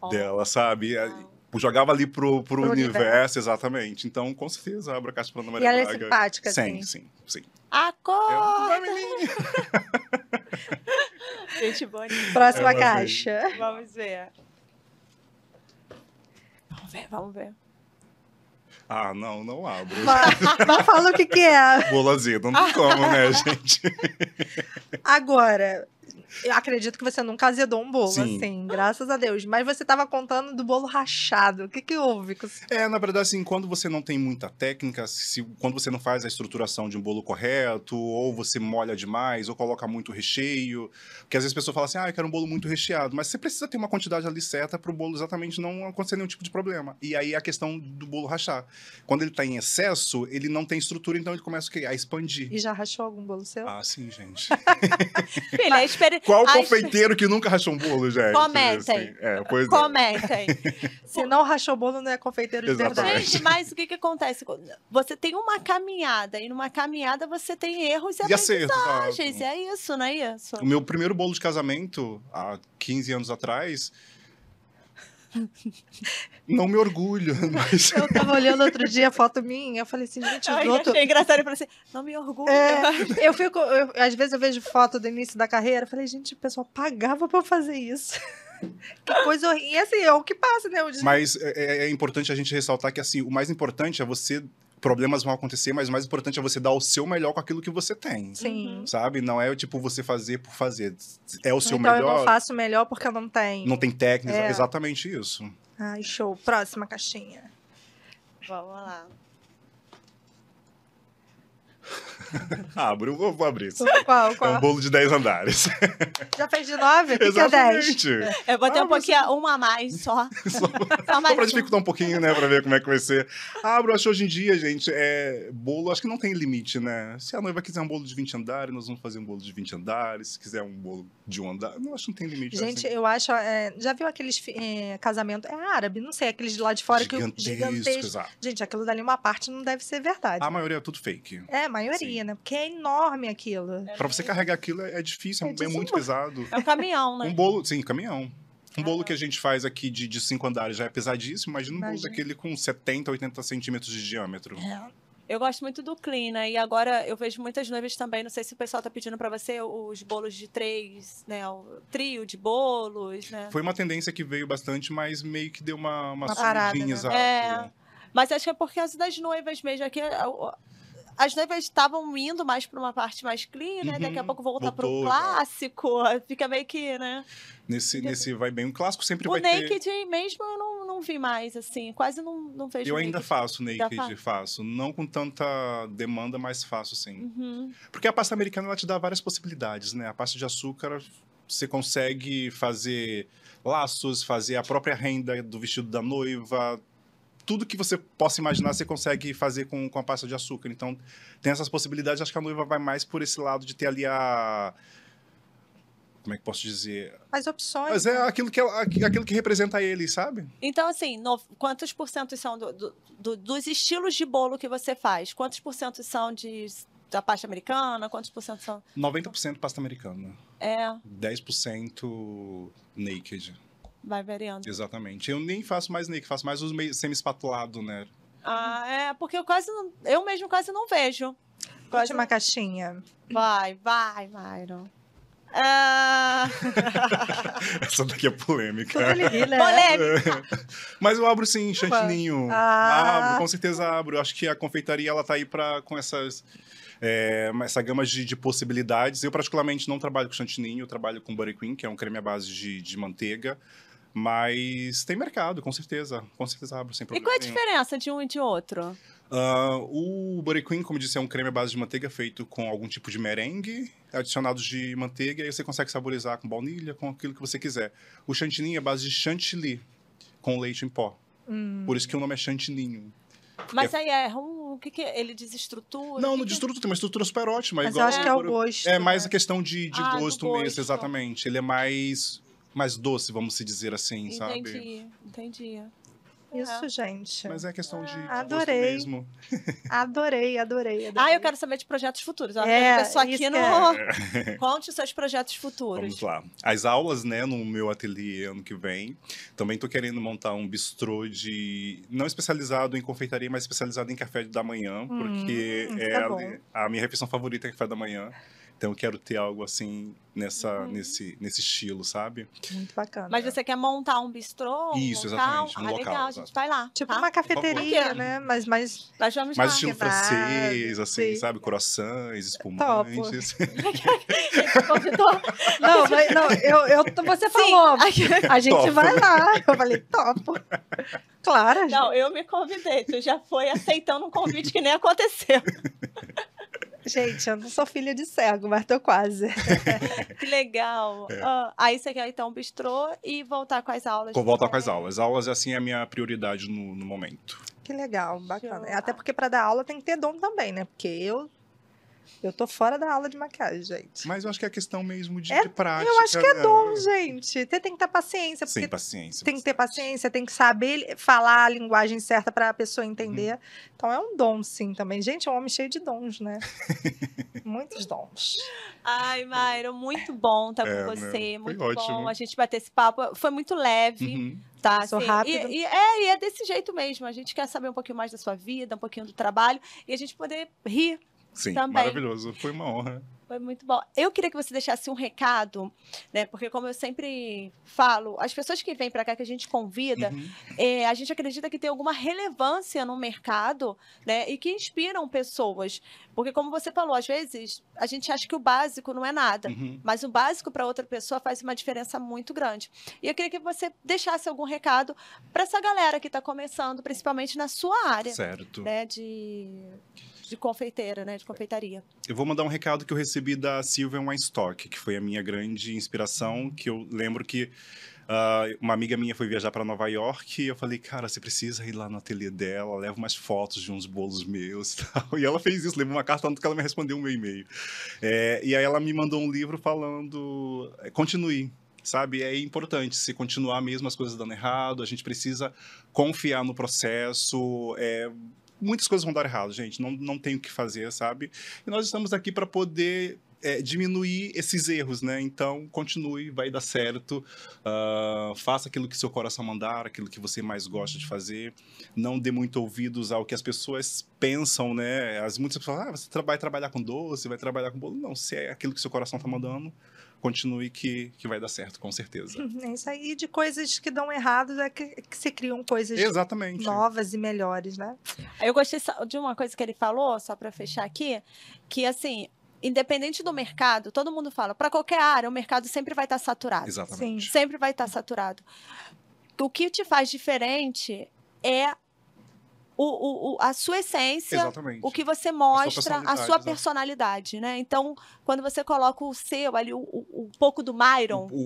S1: Ó,
S3: dela, sabe?
S1: não.
S3: Jogava ali pro, pro,
S2: Pro
S3: universo,
S2: universo.
S3: exatamente. Então, com certeza, abra a caixa pra Ana
S2: E
S3: Maria
S2: ela é
S3: Braga.
S2: simpática, assim.
S3: sim, sim, sim.
S1: Acorda!
S3: Vai, menina!
S1: Gente bonita,
S2: Próxima
S3: Ela
S2: caixa.
S1: vamos ver. Vamos ver, vamos ver.
S3: Ah, não, não abro.
S2: Mas, mas fala o que, que é.
S3: Bolazinha, não tem como,
S1: <laughs>
S3: né, gente?
S2: Agora, eu acredito que você nunca azedou um bolo,
S3: Sim.
S2: assim, graças a Deus. Mas você tava contando do bolo rachado. O que, que houve? com isso?
S3: É, na verdade, assim, quando você não tem muita técnica, se, quando você não faz a estruturação de um bolo correto, ou você molha demais, ou coloca muito recheio, porque às vezes a pessoa fala assim, ah, eu quero um bolo muito recheado, mas você precisa ter uma quantidade ali certa para o bolo exatamente não acontecer nenhum tipo de problema. E aí é a questão do bolo rachar. Quando ele tá em excesso, ele não tem estrutura, então ele começa o quê? a expandir.
S2: E já rachou algum bolo
S1: Então
S2: seu?
S3: Ah, sim, gente. <laughs>
S1: Filha, é experi...
S3: Qual
S1: Ai,
S3: confeiteiro que nunca rachou um bolo, gente?
S1: Comentem.
S3: Assim, É, pois é.
S1: Comentem.
S2: Se não rachou o bolo, não é confeiteiro de
S3: Exatamente.
S2: verdade.
S1: Gente, mas o que, que acontece? Você tem uma caminhada, e numa caminhada você tem erros e
S3: E acerto. tá?
S1: aprendizagens. É isso, não é isso?
S2: Tá.
S3: O meu primeiro bolo de casamento, há 15 anos atrás,
S2: <laughs>
S3: não me orgulho, <laughs> mas
S2: Eu tava olhando outro dia a foto minha, eu falei assim, gente,
S1: Ai,
S2: o outro.
S1: achei engraçado e falei assim: não me orgulho.
S2: É, eu fico, eu- às vezes eu vejo foto do início da carreira, eu falei, gente, o pessoal pagava pra eu fazer isso. <laughs> que coisa horrível. E assim, é o que passa, né? Eu digo,
S3: Mas é, é- é importante a gente ressaltar que, assim, o mais importante é você... Problemas vão acontecer, mas o mais importante é você dar o seu melhor com aquilo que você tem.
S2: Sim.
S3: Sabe? Não é, tipo, você fazer por fazer. É o seu
S2: então eu não
S3: melhor.
S2: faço melhor porque eu não tenho.
S3: Não tem técnica.
S2: É.
S3: Exatamente isso.
S2: Ai, show. Próxima caixinha.
S1: Vamos lá.
S2: Ah,
S3: Abre, eu vou vou abrir isso.
S2: Qual,
S3: É
S2: qual?
S3: um bolo de
S2: <laughs>
S3: 10 andares.
S2: Já fez de nove? O que que é dez?
S3: Exatamente.
S1: Eu botei
S3: Ah,
S1: um pouquinho, uma a mais só.
S3: <laughs> Só-
S1: Só
S3: Só
S1: mais
S3: pra
S1: um.
S3: dificultar um pouquinho, né? Pra ver como é que
S2: <laughs>
S3: vai ser. Ah, Bru, acho que hoje em dia, gente, é, bolo, acho que não tem limite, né? Se a noiva quiser um bolo de 20 andares, nós vamos fazer um bolo de 20 andares. Se quiser um bolo de um andar, não acho que não tem limite.
S2: Gente,
S3: assim.
S2: eu acho. é, já viu aqueles fi- é, casamento? É árabe, não sei, aqueles de lá de fora que o gigantesco.
S3: exato.
S2: Gente, aquilo dali, uma parte não deve ser verdade.
S3: A maioria é tudo fake.
S2: É, a maioria, né? Porque é enorme aquilo.
S3: Pra você carregar aquilo é é difícil,
S2: É
S3: é, é
S2: desumano.
S3: muito pesado.
S1: É um caminhão, né?
S3: Um bolo, sim, caminhão. Um
S2: Ah.
S3: bolo que a gente faz aqui de, de cinco andares já é pesadíssimo. Imagina um bolo
S2: Imagina.
S3: daquele com 70, 80 centímetros de diâmetro.
S1: Eu gosto muito do clean, né? E agora eu vejo muitas noivas também. Não sei se o pessoal tá pedindo pra você os bolos de três, né? O trio de bolos, né?
S3: Foi uma tendência que veio bastante, mas meio que deu uma, uma,
S2: É. Uma parada,
S3: sumidinha,
S2: né?
S3: exato.
S1: É. Mas acho que é por causa das noivas mesmo. Aqui, a- a- as noivas estavam indo mais pra uma parte mais clean, né?
S3: Uhum,
S1: Daqui a pouco voltar pro
S3: voltou, exato.
S1: clássico. <laughs> Fica meio que, né?
S3: Nesse,
S1: Entendeu?
S3: nesse vai bem. O clássico sempre
S1: O
S3: vai ter.
S1: naked mesmo eu não, não vi mais, assim. Quase não, não vejo
S3: Eu ainda
S1: naked.
S3: faço
S1: Ainda
S3: naked, faço. Não com tanta demanda, mas faço sim.
S1: Uhum.
S3: Porque a pasta americana ela te dá várias possibilidades, né? A pasta de açúcar você consegue fazer laços, fazer a própria renda do vestido da noiva. Tudo que você possa imaginar você consegue fazer com, com a pasta de açúcar. Então, tem essas possibilidades. Acho que a noiva vai mais por esse lado de ter ali a. Como é que posso dizer?
S2: As opções. né?
S3: Mas é aquilo que, ela- aquilo que representa ele, sabe?
S1: Então, assim, no- quantos por cento são do- do- do- dos estilos de bolo que você faz? Quantos por cento são de, da pasta americana? Quantos por cento são...
S3: 90% pasta americana.
S1: É,
S3: 10% naked,
S1: vai variando.
S3: exatamente. Eu nem faço mais naked, faço mais os meio semi-espatulado, né? <laughs>
S1: Ah, é, porque eu quase não... Eu mesmo quase não vejo. Quase
S2: Última caixinha.
S1: Vai, vai, Myron. Ah,
S3: Essa daqui é polêmica.
S2: Tudo ele ri, né?
S1: É. polêmica.
S3: <laughs> Mas eu abro sim, chantininho.
S2: Ah.
S3: Abro, com certeza abro. Eu acho que a confeitaria, ela tá aí pra, com essas... é, essa gama de, de possibilidades. Eu, particularmente, não trabalho com chantininho. Eu trabalho com Butter Queen, que é um creme à base de, de manteiga. Mas tem mercado, com certeza. Com certeza abro,
S1: E
S3: sem problema
S1: qual é a
S3: nenhum.
S1: diferença de um e de outro?
S3: Ah, o Butter Queen, como disse, é um creme à base de manteiga feito com algum tipo de merengue, adicionados de manteiga, e aí você consegue saborizar com baunilha, com aquilo que você quiser. O chantilly é à base de chantilly, com leite em pó.
S2: Hum.
S3: Por isso que o nome é chantininho.
S1: Mas aí é um. O que, que é? ele desestrutura?
S3: Não,
S1: O
S3: no
S1: que que-
S3: destruto tem uma estrutura super ótima.
S2: Mas eu
S3: igual
S2: acho que é o
S3: por-
S2: gosto.
S3: É mais a
S2: né?
S3: questão de, de
S1: Ah, do
S3: gosto,
S1: gosto.
S3: mesmo, exatamente. Ele é mais, mais doce, vamos se dizer assim, sabe?
S1: Entendi, entendi.
S2: Isso, gente.
S3: Mas é a questão de, de
S2: Ah, Adorei.
S3: gosto mesmo.
S2: Adorei, adorei, adorei.
S1: Ah, eu quero saber de projetos futuros. Ó,
S2: um É,
S1: a pessoa aqui
S2: isso
S1: no.
S2: que
S3: É.
S2: é.
S1: Conte os seus projetos futuros.
S3: Vamos lá. As aulas, né, no meu ateliê ano que vem. Também tô querendo montar um bistrô de. Não especializado em confeitaria, mas especializado em café da manhã, porque
S2: Hum,
S3: é
S2: tá
S3: a-
S2: bom.
S3: a, minha refeição favorita é café da manhã. Então eu quero ter algo assim nessa,
S1: Uhum.
S3: nesse, nesse estilo, sabe?
S2: Muito bacana.
S1: Mas você quer montar um bistrô? Um
S3: Isso,
S1: local?
S3: exatamente, um
S1: ah,
S3: local,
S1: legal, a
S3: exato.
S1: gente vai lá.
S2: Tipo
S1: tá?
S2: uma cafeteria,
S1: Por quê?
S2: né? Mas, mas
S1: Nós vamos
S3: Mais
S1: lá.
S3: estilo
S2: que vibe,
S3: francês, assim,
S2: sim.
S3: sabe? Croissants,
S2: <laughs>
S3: espumantes.
S1: Esse convidou.
S2: <laughs> Não, mas, não eu, eu, você
S1: <laughs>
S2: falou. A gente
S3: Topo.
S2: vai lá. Eu falei, topo. Claro,
S1: Não, eu me convidei. Tu já foi aceitando um convite que nem aconteceu.
S2: gente. Eu não sou filha de cego, mas tô quase.
S1: Que legal.
S3: É.
S1: Ah, aí você quer então um bistrô e voltar com as aulas.
S3: Vou voltar com as
S1: também.
S3: aulas. Aulas, assim, é a minha prioridade no, no momento.
S2: Que legal, bacana.
S1: Show.
S2: Até porque pra dar aula tem que ter dom também, né? Porque eu, eu tô fora da aula de maquiagem, gente.
S3: Mas eu acho que é questão mesmo de,
S2: É-
S3: de prática.
S2: eu acho que é
S3: né?
S2: dom, gente. Você tem que ter paciência, porque
S3: Sem paciência.
S2: tem que ter paciência, tem que saber falar a linguagem certa pra pessoa
S3: Uhum.
S2: entender. Então é um dom, sim, também. Gente, é um homem cheio de dons,
S3: <laughs>
S2: né? Muitos dons.
S1: Ai, Mairo, muito bom estar
S3: É,
S1: com
S3: né?
S1: você.
S3: Foi
S1: Muito bom
S3: ótimo.
S1: a gente bater esse papo. Foi muito leve,
S3: Uhum.
S1: tá?
S2: Passou
S1: assim,
S2: rápido.
S1: E, e é, e é desse jeito mesmo. A gente quer saber um pouquinho mais da sua vida, um pouquinho do trabalho e a gente poder rir.
S3: Sim,
S1: Também.
S3: maravilhoso. Foi uma honra.
S1: Foi muito bom. Eu queria que você deixasse um recado, né? Porque como eu sempre falo, as pessoas que vêm para cá que a gente convida,
S3: Uhum.
S1: é, a gente acredita que tem alguma relevância no mercado, né? E que inspiram pessoas. Porque, como você falou, às vezes a gente acha que o básico não é nada.
S3: Uhum.
S1: Mas o básico para outra pessoa faz uma diferença muito grande. E eu queria que você deixasse algum recado para essa galera que está começando, principalmente na sua área,
S3: Certo.
S1: né? De, de confeiteira, né? De confeitaria.
S3: Eu vou mandar um recado que eu recebi da Sylvia Weinstock, que foi a minha grande inspiração, que eu lembro que ah, uma amiga minha foi viajar para Nova York e eu falei, cara, você precisa ir lá no ateliê dela, leva umas fotos de uns bolos meus e <laughs> tal. E ela fez isso, levou uma carta, tanto que ela me respondeu o meu e-mail. É, e aí ela me mandou um livro falando, eh, continue. Sabe, é importante se continuar mesmo as coisas dando errado, a gente precisa confiar no processo. é, muitas coisas vão dar errado, gente, não, não tem o que fazer, sabe? E nós estamos aqui para poder é, diminuir esses erros, né? Então, continue, vai dar certo. Ah, faça aquilo que seu coração mandar, aquilo que você mais gosta de fazer. Não dê muito ouvidos ao que as pessoas pensam, né? As muitas pessoas falam, ah, você tra- vai trabalhar com doce, vai trabalhar com bolo. Não, se é aquilo que seu coração está mandando, continue que, que vai dar certo, com certeza.
S2: É isso aí. E de coisas que dão errado é que, que se criam coisas
S3: Exatamente.
S2: novas e melhores, né?
S1: Eu gostei só de uma coisa que ele falou, só para fechar aqui, que assim, independente do mercado, todo mundo fala, para qualquer área, o mercado sempre vai estar saturado.
S3: Exatamente.
S1: Sempre vai estar saturado. O que te faz diferente é o, o- o- a sua essência,
S3: Exatamente.
S1: é o que você mostra, a
S3: personalidade,
S1: sua
S3: exato.
S1: personalidade, né? Então, quando você coloca o seu ali, o, o- o pouco do
S3: Um
S1: Myron,
S3: O,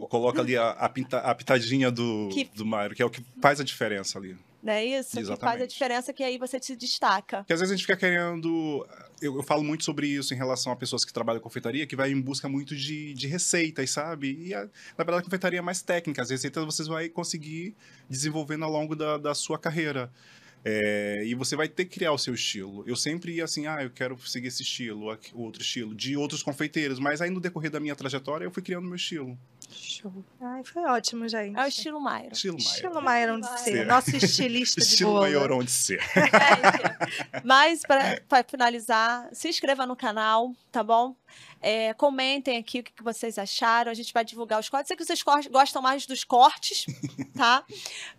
S3: o- o- coloca ali a, a, pinta- a pitadinha do,
S1: Que-
S3: do Mário, que é o que faz a diferença ali.
S1: né? Isso que faz a
S3: Exatamente.
S1: diferença, que aí você se destaca.
S3: Porque às vezes a gente fica querendo. Eu, eu falo muito sobre isso em relação a pessoas que trabalham em confeitaria, que vai em busca muito de, de receitas, sabe? E a- na verdade a confeitaria é mais técnica. As receitas vocês vai conseguir desenvolvendo ao longo da, da sua carreira. É, e você vai ter que criar o seu estilo. Eu sempre ia assim, ah, eu quero seguir esse estilo, aqui- outro estilo, de outros confeiteiros. Mas aí no decorrer da minha trajetória eu fui criando meu estilo.
S2: Show. Ai, foi ótimo, gente.
S1: É o estilo Myron.
S3: Estilo Maior.
S2: Estilo Myron de
S1: Myron.
S2: ser, nosso estilista de né?
S3: Estilo
S2: bolo.
S3: maior
S2: <laughs>
S3: onde ser.
S1: Gente, É. Mas, para finalizar, se inscreva no canal, tá bom? É, comentem aqui o que que vocês acharam. A gente vai divulgar os cortes. Sei que vocês cor- gostam mais dos cortes, tá?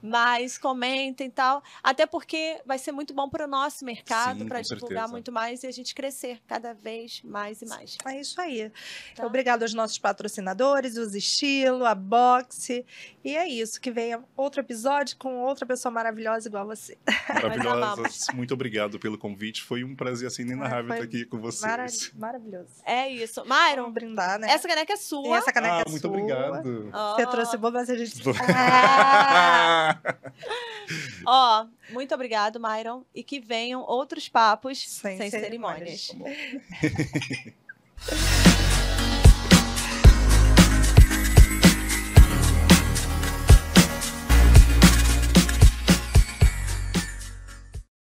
S1: Mas comentem e tal. Até porque vai ser muito bom para o nosso mercado,
S3: Sim,
S1: para
S3: com
S1: divulgar
S3: certeza.
S1: muito mais e a gente crescer cada vez mais e mais.
S2: É isso aí.
S1: Tá?
S2: Obrigado aos nossos patrocinadores, os estilo, a boxe. E é isso, que venha outro episódio com outra pessoa maravilhosa igual você.
S3: Maravilhosas.
S1: amamos.
S3: Muito obrigado pelo convite. Foi um prazer assim, nem
S2: Ah,
S3: narrável
S2: foi
S3: estar aqui com vocês.
S2: Mara- maravilhoso.
S1: É isso.
S2: Vamos
S1: Myron,
S2: brindar, né?
S1: essa caneca é
S2: Tem
S1: sua.
S2: essa caneca
S3: Ah, muito
S2: sua.
S3: obrigado.
S1: Ó,
S2: Você trouxe boa, mas a gente... <laughs>
S1: Ah! Ó, muito obrigado, Myron. E que venham outros papos sem,
S2: Sem
S1: cerimônias.
S2: cerimônias.